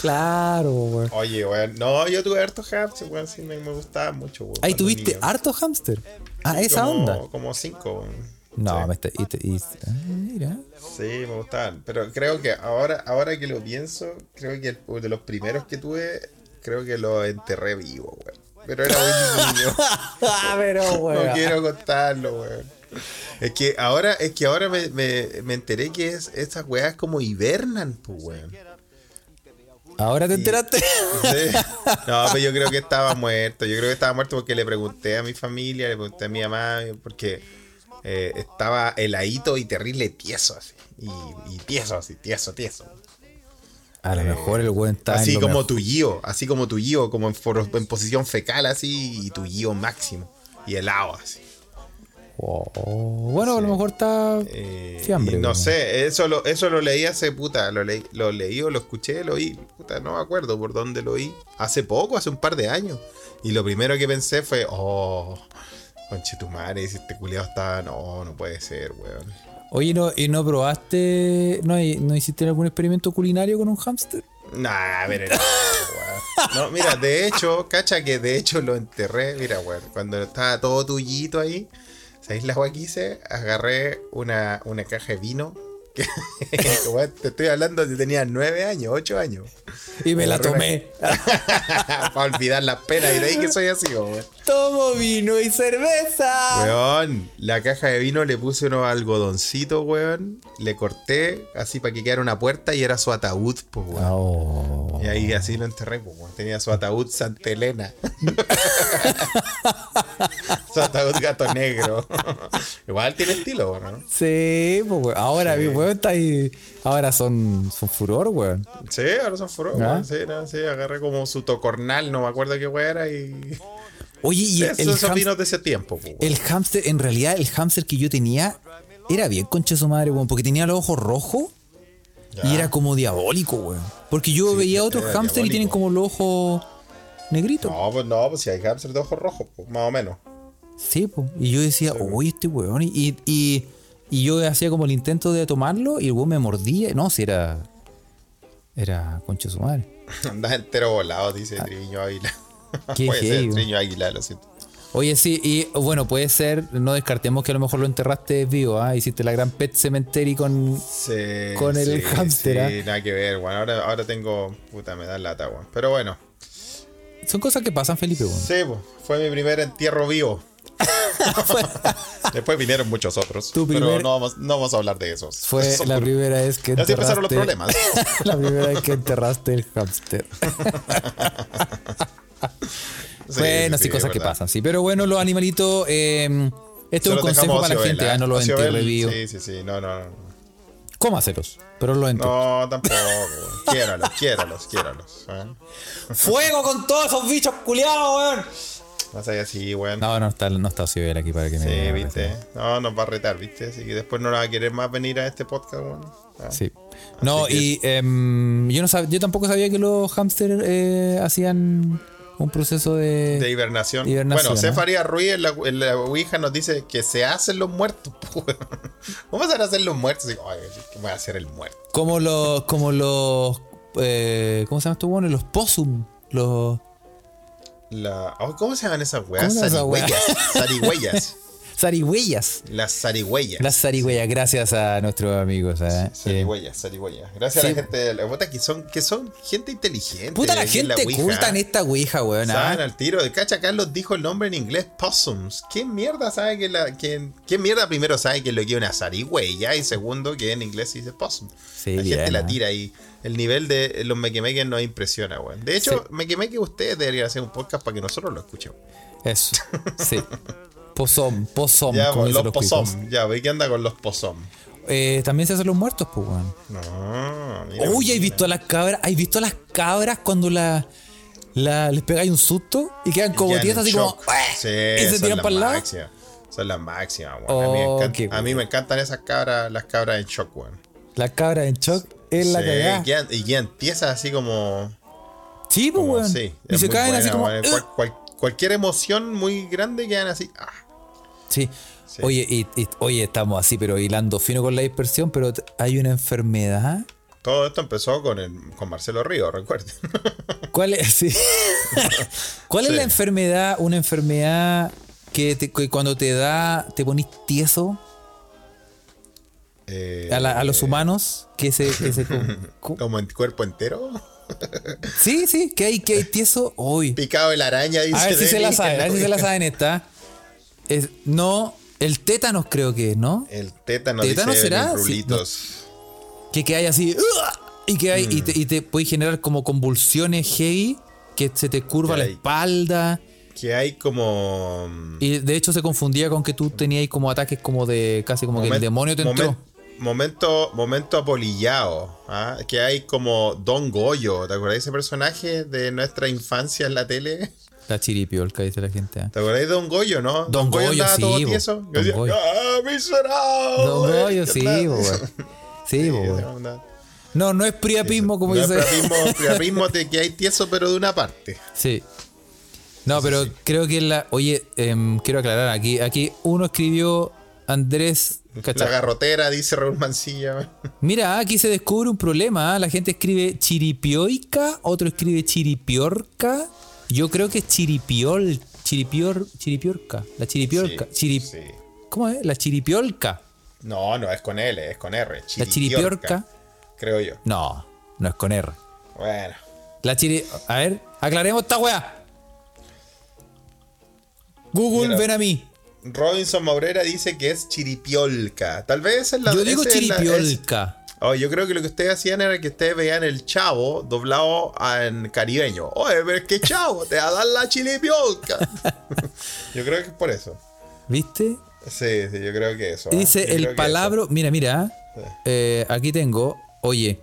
claro, pues, weón.
Oye, weón. No, yo tuve harto hamster, weón. Sí, me, me gustaba mucho, weón.
Ahí
cuando
tuviste
niño.
harto hámster. Ah, esa
como,
onda.
Como cinco, weón.
No,
Sí.
me está. y te- y- ah, mira.
Sí, me gustaban. Pero creo que ahora, ahora que lo pienso, creo que el- de los primeros que tuve, creo que lo enterré vivo, weón. Pero era buen niño.
Ah, pero,
No
weón.
quiero contarlo, weón. Es que ahora, es que ahora me, me- me enteré que es, estas weas como hibernan, pues, weón.
Ahora te enteraste.
Sí. No, pero yo creo que estaba muerto. Yo creo que estaba muerto porque le pregunté a mi familia, le pregunté a mi mamá, porque eh, estaba heladito y terrible tieso así. Y, y tieso así, tieso, tieso.
A lo mejor el weón está. en
Así
lo
como
mejor.
tu Gio, así como tu Gio, como en, for- en posición fecal así, y tu Gio máximo. Y el agua así.
Oh, bueno, a lo mejor está.
Eh,
Fiambre,
y no
weón.
sé, eso lo, eso lo leí hace puta, lo, leí- lo leí o lo escuché, lo oí, puta, no me acuerdo por dónde lo oí. Hace poco, hace un par de años. Y lo primero que pensé fue, oh, conchetumare, si este culiado está, no, no puede ser, weón.
Oye, ¿no, ¿y no probaste. No, y- ¿No hiciste algún experimento culinario con un hámster?
Nah, pero no, weón. No, mira, de hecho, cacha que de hecho lo enterré. Mira, weón, cuando estaba todo tullito ahí, ¿sabéis la weá que hice? Agarré una, una caja de vino. que- weón, te estoy hablando de tenía nueve años, ocho años.
Y me la
Agarré una-
tomé.
Para olvidar las penas y de ahí que soy así, weón.
Tomo vino y cerveza.
Weón, la caja de vino le puse unos algodoncitos, weón. Le corté así para que quedara una puerta y era su ataúd, pues, weón.
Oh.
Y ahí así lo enterré, pues, weón. tenía su ataúd Santa Elena. su ataúd gato negro. Igual tiene estilo, weón, ¿no?
Sí, pues, weón. Ahora,
Sí.
mi weón está ahí. Ahora son, son furor, weón.
Sí, ahora son furor,
¿Ah?
weón. Sí, no, sí, agarré como su tocornal, no me acuerdo qué weón era. Y...
Oye, y el,
Eso, esos
hámster-
vinos de ese tiempo, pues, weón.
el hámster, en realidad, el hámster que yo tenía era bien concha de su madre, weón, porque tenía los ojos rojos
Ya.
y era como diabólico, weón. Porque yo
Sí,
veía
era
otros hámster y
diabólico.
tienen como los ojos negritos.
No, pues no, pues si hay hamster de ojos rojos, pues, más o menos.
Sí, po. y yo decía, uy, este weón. Y, y, y yo hacía como el intento de tomarlo y el weón me mordía. No, si era. Era concha de su madre.
Andas entero volado, dice Triño Águila.
Ah. Qué
Puede ser
heavy.
Triño Águila, lo siento.
Oye, sí, y bueno, puede ser, no descartemos que a lo mejor lo enterraste vivo, ¿ah? Hiciste la gran pet cementerio con.
Sí,
Con el
sí,
hámster,
Sí,
¿ah?
nada que ver, bueno, ahora, ahora tengo. Puta, me da lata, weón. Pero bueno,
Son cosas que pasan, Felipe, weón.
sí, pues, fue mi primer entierro vivo. Después vinieron muchos otros.
Tu
Pero
primer-
no vamos, no vamos a hablar de esos.
Fue
Esos
la
son-
primera vez que
Ya se empezaron los
enterraste-
problemas.
la primera vez que enterraste el hámster.
Sí,
bueno, sí, cosas
es
que
verdad.
pasan, sí. Pero bueno, los animalitos. eh, esto
Se
es un
los dejamos
consejo
a
para la
Ocioel,
gente,
¿ah?
¿ah? No los
Ocioel,
enterre vivos.
Sí, sí, sí, no, no, no.
Cómaselos, pero los enterre.
No, tampoco, weón. Quiéralos, quiéralos, quiéralos. ¿eh?
¡Fuego con todos esos bichos culiados, weón!
No seas así, weón.
No, no está, no está Ocioel aquí para que me.
Sí,
me-
viste. No, nos va a retar, viste. Así que después no la va a querer más venir a este podcast, weón. Ah.
Sí. No,
Así
y
que-
em, yo no sab- yo tampoco sabía que los hámster eh, hacían un proceso de.
De hibernación.
Hibernación,
bueno,
¿eh?
Cefaría Ruiz en la, en la Ouija nos dice que se hacen los muertos, po, weón. ¿Cómo se van a hacer los muertos? Digo, Ay, ¿qué voy a hacer el muerto?
Como los. Como los eh, ¿Cómo se llaman estos buenos? Los possum. Los
La- oh, ¿Cómo se llaman esas weas?
¿Cómo se llaman esas
Zarigüeyas. Zarigüeyas.
zarigüeyas.
Las zarigüeyas.
Las zarigüeyas, gracias a nuestros amigos. ¿eh? Eh,
Zarigüeyas, zarigüeyas. Gracias a
Sí.
la gente de la puta que son, que son gente inteligente.
Puta la
ahí en
gente
Ouija.
culta en esta ouija, weón. ¿ah?
Saben al tiro. El Cacha Carlos dijo el nombre en inglés Possums. ¿Qué mierda sabe que la. Que, ¿Qué mierda primero sabe que lo que es una zarigüeya? Y segundo, que en inglés se dice Possum.
Sí,
la gente
bien,
la
¿eh?
tira y el nivel de los mequemeques nos impresiona, weón. De hecho, mequemeque ustedes deberían hacer un podcast para que nosotros lo escuchemos.
Eso. Sí. Posom, posom,
Ya,
como
con
dicen
los
cuicos.
Possum. Ya, ve que anda con los Possum.
Eh, también se hacen los muertos, pues, weón.
No, Ah, mira,
Uy, ¿has
mira.
visto a las cabras? ¿Has visto a las cabras cuando la, la- les pegáis un susto y quedan como
Ya en
tietas así
shock.
como. ¡ah!
Sí,
y se
son
tiran
las
para el lado?
máximas. Son las máximas, weón. a, mí me
Oh,
encanta-
qué
a mí me encantan esas cabras, las cabras en shock, weón.
La cabra en shock es la
Sí,
cagada.
quedan- y quedan tiesas así como.
Sí, pues,
como
weón.
sí,
y
es
se
muy
caen
buena,
así como. ¡ah!
weón.
"Ugh".
Cual- cual- cualquier emoción muy grande quedan así. ah.
Sí.
Sí.
Oye, y, y- oye, estamos así, pero hilando fino con la dispersión, pero t- hay una enfermedad.
Todo esto empezó con, el, con Marcelo Río, recuerden.
¿Cuál es, sí. ¿Cuál es
Sí.
la enfermedad? Una enfermedad que, te- que cuando te da, te pones tieso
Eh,
a, la- a los humanos, que se. que se- cu-
Como en cuerpo entero.
Sí, sí, que hay, que hay tieso hoy.
Picado de la araña, dice.
A ver si se la
Denis,
saben, a ver si se la
weón.
saben esta. Es- no, el tétanos creo que es, ¿no?
El tétano,
¿Tétano
dice
será?
Denis
Sí,
Rulitos.
Que, que hay así. ¡uah! Y que hay. Y
Mm.
te, y te puede generar como convulsiones heavy. Que se te curva
Que
la
hay-
espalda.
Que hay como.
Y de hecho se confundía con que tú tenías como ataques como de. casi como que el
Momen-
demonio te entró.
momen- momento, momento apolillado, ¿ah? que hay como Don Goyo, ¿te acuerdas de ese personaje de nuestra infancia en la tele?
La chiripiolca, dice la gente. ¿eh?
¿Te acordás de Don Goyo, no?
Don Goyo,
andaba
sí,
todo
bo.
tieso.
Don
Yo decía,
Goyo.
¡Ah, miserable!
Don Goyo,
¿Qué
sí,
tal?
bo, weón. Sí, bo,
esa
weón.
onda.
No, no es priapismo, como
No es
dice.
priapismo- priapismo de que hay tieso, pero de una parte.
Sí. No, pero creo que la. Oye, em, quiero aclarar aquí. Aquí uno escribió Andrés
La
Cachar.
garrotera, dice Raúl Mancilla.
Mira, aquí se descubre un problema. ¿ah? La gente escribe chiripioica, otro escribe chiripiorca. Yo creo que es chiripiol. Chiripior, chiripiorca. La chiripiorca.
Sí,
chirip-
sí.
¿Cómo es? La chiripiolca.
No, no, es con L, es con R.
chiripiorca.
Creo yo.
No, no es con R.
Bueno.
La chiri. A ver, aclaremos esta weá. Google,
Mira.
ven a mí.
Robinson Maurera dice que es chiripiolca. Tal vez es la
Yo digo
ese es la- es-
chiripiolca.
Oh, yo creo que lo que ustedes hacían era que ustedes veían el chavo doblado en caribeño. Oye, pero es que chavo, te va a dar la chiripiolca. yo creo que es por eso.
¿Viste?
Sí, sí, yo creo que eso. ¿eh? Yo
Dice
creo que
el
eso.
palabro. Mira, mira.
Sí.
eh, aquí tengo. Oye.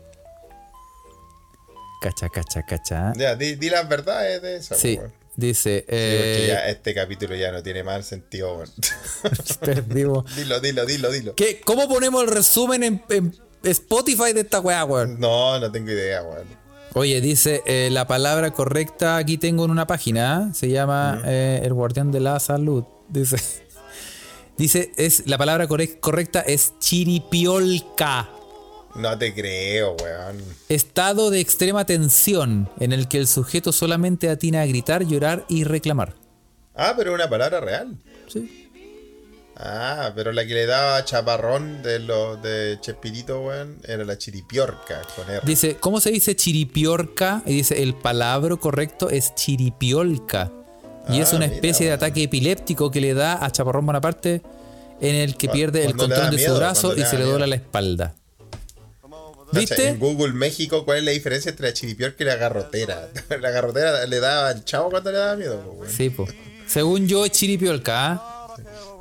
Cacha, cacha, cacha.
Ya, di, di las verdades de eso. pues,
Sí.
weón.
Dice.
Sí, porque
eh,
ya este capítulo ya no tiene más sentido. weón.
perdimos.
dilo, dilo, dilo, dilo.
¿Qué? ¿Cómo ponemos el resumen en, en Spotify de esta weá, weón?
No, no tengo idea, weón.
Oye, dice eh, la palabra correcta. Aquí tengo en una página. ¿eh? Se llama eh, El Guardián de la Salud. Dice. Dice, es, la palabra corre- correcta es chiripiolca.
No te creo, weón.
Estado de extrema tensión en el que el sujeto solamente atina a gritar, llorar y reclamar.
Ah, pero es una palabra real.
Sí.
Ah, pero la que le daba chaparrón de los de Chespirito, weón, era la chiripiorca con R.
Dice, ¿cómo se dice chiripiorca? Y dice, el palabra correcto es chiripiolca. Y es
Ah,
una
mira,
especie de
bueno.
ataque epiléptico que le da a Chaparrón Bonaparte en el que
Cu-
pierde el
cuando le da
control de
miedo,
su brazo
cuando le
y
da
se le dobla
miedo.
la espalda.
Cacha,
¿Viste?
En Google México, ¿cuál es la diferencia entre la chiripiorca y la garrotera? la garrotera le daba al chavo cuando le daba miedo, pues, weón.
Sí, po. Según yo, es chiripiolca. ¿ah?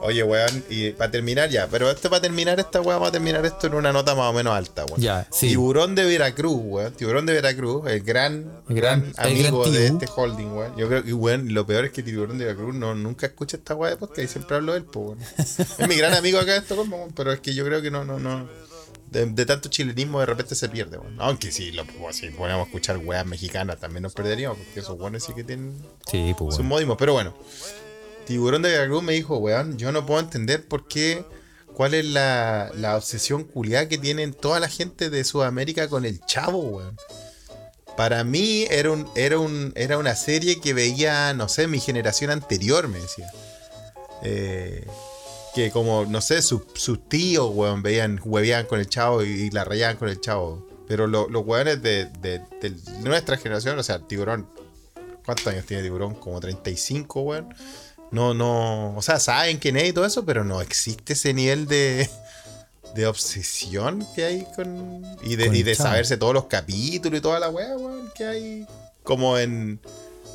Oye, weón, y para terminar ya, pero esto para terminar esta weón, vamos a terminar esto en una nota más o menos alta, weón.
Ya, sí.
Tiburón de Veracruz, weón. Tiburón de Veracruz, el gran,
El
gran,
gran- el
amigo
gran
de
tibu.
este holding, weón. Yo creo que, weón, lo peor es que Tiburón de Veracruz no, nunca escucha esta weón de podcast y siempre hablo de él, pues, weón. Es mi gran amigo acá de Estocolmo, weón, pero es que yo creo que no, no, no. De, de tanto chilenismo de repente se pierde, weón. Aunque si, lo, pues, si ponemos a escuchar weas mexicanas también nos perderíamos, porque esos weones sí que tienen
Sí, po,
es un
bueno.
modismo, pero bueno. Tiburón de Veracruz me dijo, weón, yo no puedo entender por qué, cuál es la, la obsesión culiada que tienen toda la gente de Sudamérica con el chavo, weón. Para mí era, un, era, un, era una serie que veía, no sé, mi generación anterior, me decía. Eh, que como, no sé, sus sus tíos, weón, veían, hueveaban con el chavo y, y la rayaban con el chavo. Pero lo- los weones de, de- de nuestra generación, o sea, tiburón, ¿cuántos años tiene tiburón? Como 35, weón. No, no, o sea, saben quién es y todo eso, pero no existe ese nivel de, de obsesión que hay con... Y de,
Con
y
el
de
chavo.
saberse todos los capítulos y toda la weá, weón, que hay como en...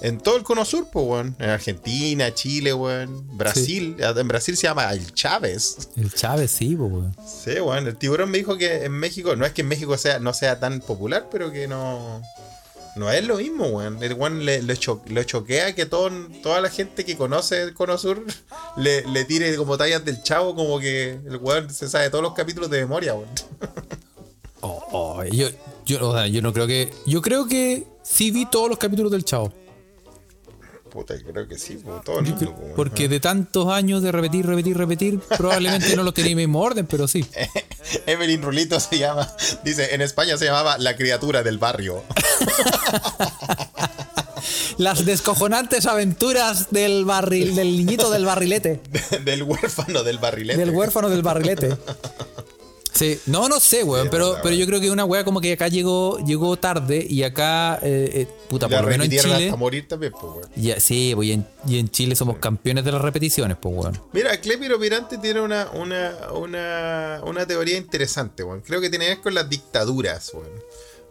En todo el cono sur, pues, weón. En Argentina, Chile, weón. Brasil. Ah, En Brasil se llama el Chávez.
El Chávez, sí, po, weón.
Sí, weón. El tiburón me dijo que en México, no es que en México sea, no sea tan popular, pero que no. No es lo mismo, weón. El weón le, le cho- lo choquea que todo, toda la gente que conoce el cono sur le, le tire como tallas del chavo, como que el weón se sabe todos los capítulos de memoria, weón.
Oh, oh, yo, yo, o sea, yo no creo que. Yo creo que sí vi todos los capítulos del Chavo.
Puta, creo que sí, po, todo el mundo, po, weón.
Porque de tantos años de repetir, repetir, repetir, probablemente no los tenía en el mismo orden, pero sí.
Evelyn Rulito se llama, dice, en España se llamaba la criatura del barrio.
Las descojonantes aventuras del barril, del niñito del barrilete,
del huérfano del barrilete.
del huérfano del barrilete. Sí, no, no sé, weón,
es
pero,
verdad,
pero
weón.
yo creo que una weá como que acá llegó, llegó tarde y acá, eh, eh, puta,
la
por lo menos en
repitieron
Chile.
hasta morir también, pues, weón.
Ya, sí, pues, y, en, y en Chile somos campeones de las repeticiones, pues, weón.
Mira, Clepiro Pirante tiene una, una, una, una teoría interesante, weón. Creo que tiene que ver con las dictaduras, weón.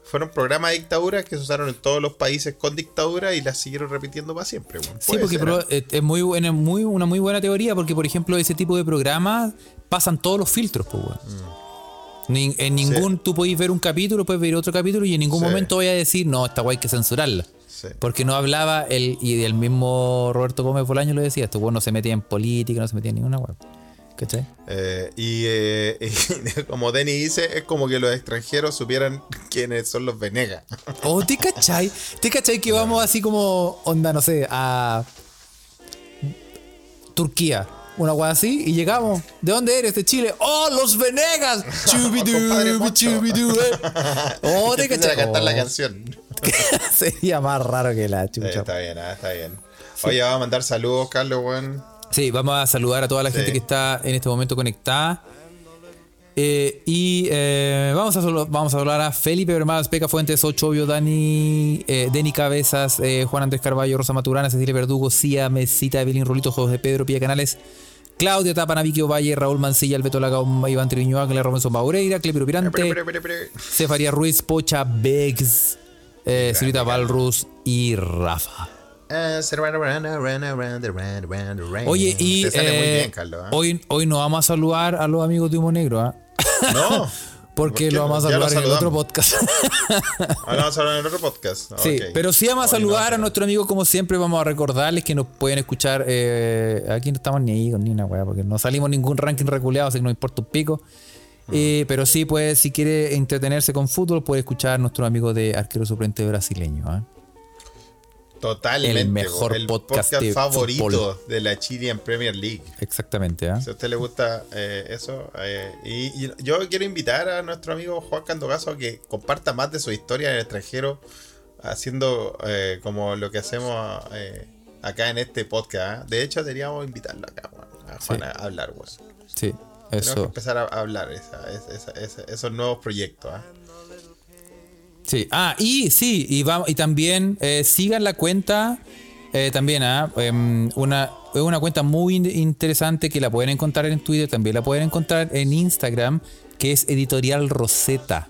Fueron programas de dictaduras que se usaron en todos los países con dictadura y las siguieron repitiendo para siempre, weón.
Sí,
Puede
porque
ser,
proba-
¿eh?
es es muy buena, muy, una muy buena teoría, porque por ejemplo ese tipo de programas pasan todos los filtros, pues, weón.
Mm.
Ni- en ningún, tú podéis ver un capítulo, puedes ver otro capítulo y en ningún
Sí.
momento voy a decir, no, esta guay hay que censurarla.
Sí.
Porque no hablaba, el, y el mismo Roberto Gómez Bolaño lo decía, estos weón no se metía en política, no se metía en ninguna weón. ¿Cachai?
Eh, y, eh, y como Denny dice, es como que los extranjeros supieran quiénes son los Venegas.
Oh, ¿te cachai? ¿Te cachai que vamos así como, onda, no sé, a Turquía? Una weá así y llegamos. ¿De dónde eres? De Chile. ¡Oh, los Venegas!
Compadre
¡Chubidú,
Moncho.
chubidú, eh! ¡Oh, te
Empiezan a
cachai!
cantar la
Oh,
canción.
Sería más raro que la
Eh,
chucha.
está bien, ah, está bien. Oye, vamos a mandar saludos, Carlos, weón.
Sí, vamos a saludar a toda la
Sí.
gente que está en este momento conectada. Eh, y eh, vamos, a solo- vamos a hablar a Felipe Bermás, Peca Fuentes, Ochovio, Dani, eh, Deni Cabezas, eh, Juan Andrés Carballo, Rosa Maturana, Cecilia Verdugo, Cía Mesita, Evelyn Rulito, José Pedro, Pía Canales, Claudia Tapana, Vicky Ovalle, Raúl Mancilla, Alberto Lagao, Iván Triviño Ángel, Robinson Baureira, Clepiro Pirante, Cefaría Ruiz, Pocha Beggs, eh, Silvita Balrus y Rafa.
Ah,
Oye, y
Te sale muy
eh,
bien, Carlos. ¿eh?
hoy, hoy no vamos a saludar a los amigos de Humo Negro, ¿ah?
No.
porque
¿Por qué
lo vamos a
no? Ya lo
saludar en el
saludamos.
otro podcast.
Ahora vamos a hablar en otro podcast.
sí,
Ok.
pero sí vamos a
Hoy
saludar
no.
a nuestro amigo, como siempre, vamos a recordarles que nos pueden escuchar. eh, aquí no estamos ni ahí con ni una weá, porque no salimos ningún ranking reculeado, así que no importa un pico.
Mm.
Eh, pero sí, pues, si quiere entretenerse con fútbol, puede escuchar a nuestro amigo de arquero suplente brasileño. ¿ah?
Totalmente.
el mejor
weón. el
podcast
podcast,
de
favorito
fútbol.
de la Chilean Premier League.
Exactamente. ¿ah?
Si a usted le gusta eh, eso. eh, y, y yo quiero invitar a nuestro amigo Juan Candogaso a que comparta más de su historia en el extranjero, haciendo eh, como lo que hacemos eh, acá en este podcast. ¿eh? De hecho, deberíamos invitarlo acá, weón, a Juan
Sí.
a hablar, weón.
Sí,
Tenemos que
eso.
empezar a a hablar esa- esa- esa- esa- esos nuevos proyectos. ¿ah?
Sí, ah, y sí, y, vamos, y también eh, sigan la cuenta, eh, también, ah, em, una, es una cuenta muy in- interesante que la pueden encontrar en Twitter, también la pueden encontrar en Instagram, que es Editorial Rosetta.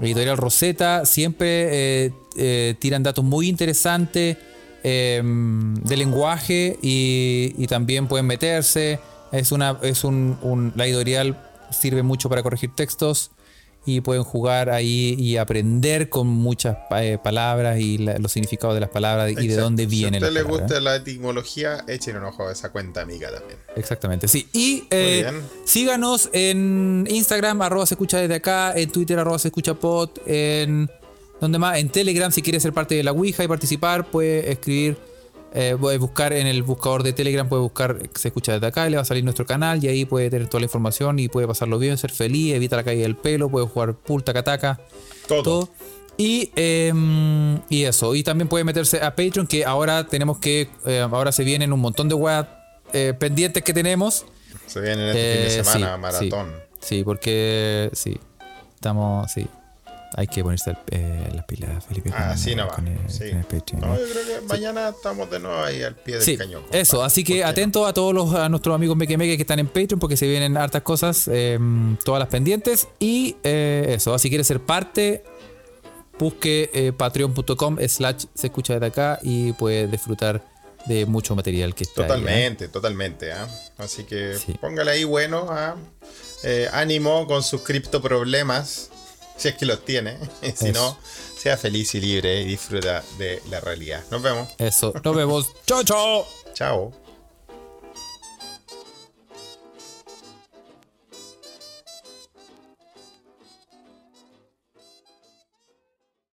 Editorial Rosetta siempre eh, eh, tiran datos muy interesantes em, de lenguaje y, y también pueden meterse. Es una, es un, un- la editorial sirve mucho para corregir textos y pueden jugar ahí y aprender con muchas pa- eh, palabras y la- los significados de las palabras y de
Exacto.
dónde
Si a
vienen
usted
las
le
palabras.
gusta la etimología, echen un ojo a esa cuenta amiga también.
Exactamente, sí. Y eh,
bien.
síganos en Instagram, arroba se escucha desde acá, en Twitter, arroba se escucha pod, en donde más, en Telegram, si quieres ser parte de la Ouija y participar, puedes escribir, eh, puedes buscar en el buscador de Telegram, puedes buscar se escucha desde acá, y le va a salir nuestro canal y ahí puede tener toda la información y puede pasarlo bien, ser feliz, evita la caída del pelo, puede jugar pool, tacataca
Todo.
todo. Y, eh, y eso. Y también puede meterse a Patreon, que ahora tenemos que. eh, ahora se vienen un montón de weas eh, pendientes que tenemos.
Se viene en este fin
Eh,
de semana,
sí,
maratón.
Sí, sí, porque. Sí. Estamos. Sí. Hay que ponerse al- eh, las pilas, Felipe. con-
Ah, Así nomás.
con el-
Sí.
con el Patreon.
No, yo creo que mañana estamos de nuevo ahí al pie del
Sí,
cañón. compadre.
eso, así que
¿Por qué
atento a todos los, a nuestros amigos Meque Meque que están en Patreon porque se vienen hartas cosas, eh, todas las pendientes. Y eh, eso, si quieres ser parte, busque eh, patreon.com slash se escucha desde acá y puedes disfrutar de mucho material que está ahí, ¿eh?
Totalmente, totalmente. ¿ah? Así que
Sí.
póngale ahí bueno. ¿ah? Eh, ánimo con sus criptoproblemas, si es que los tiene. Y si
Eso.
no, sea feliz y libre y disfruta de la realidad. Nos vemos.
Eso, nos vemos. chao, chao.
Chao.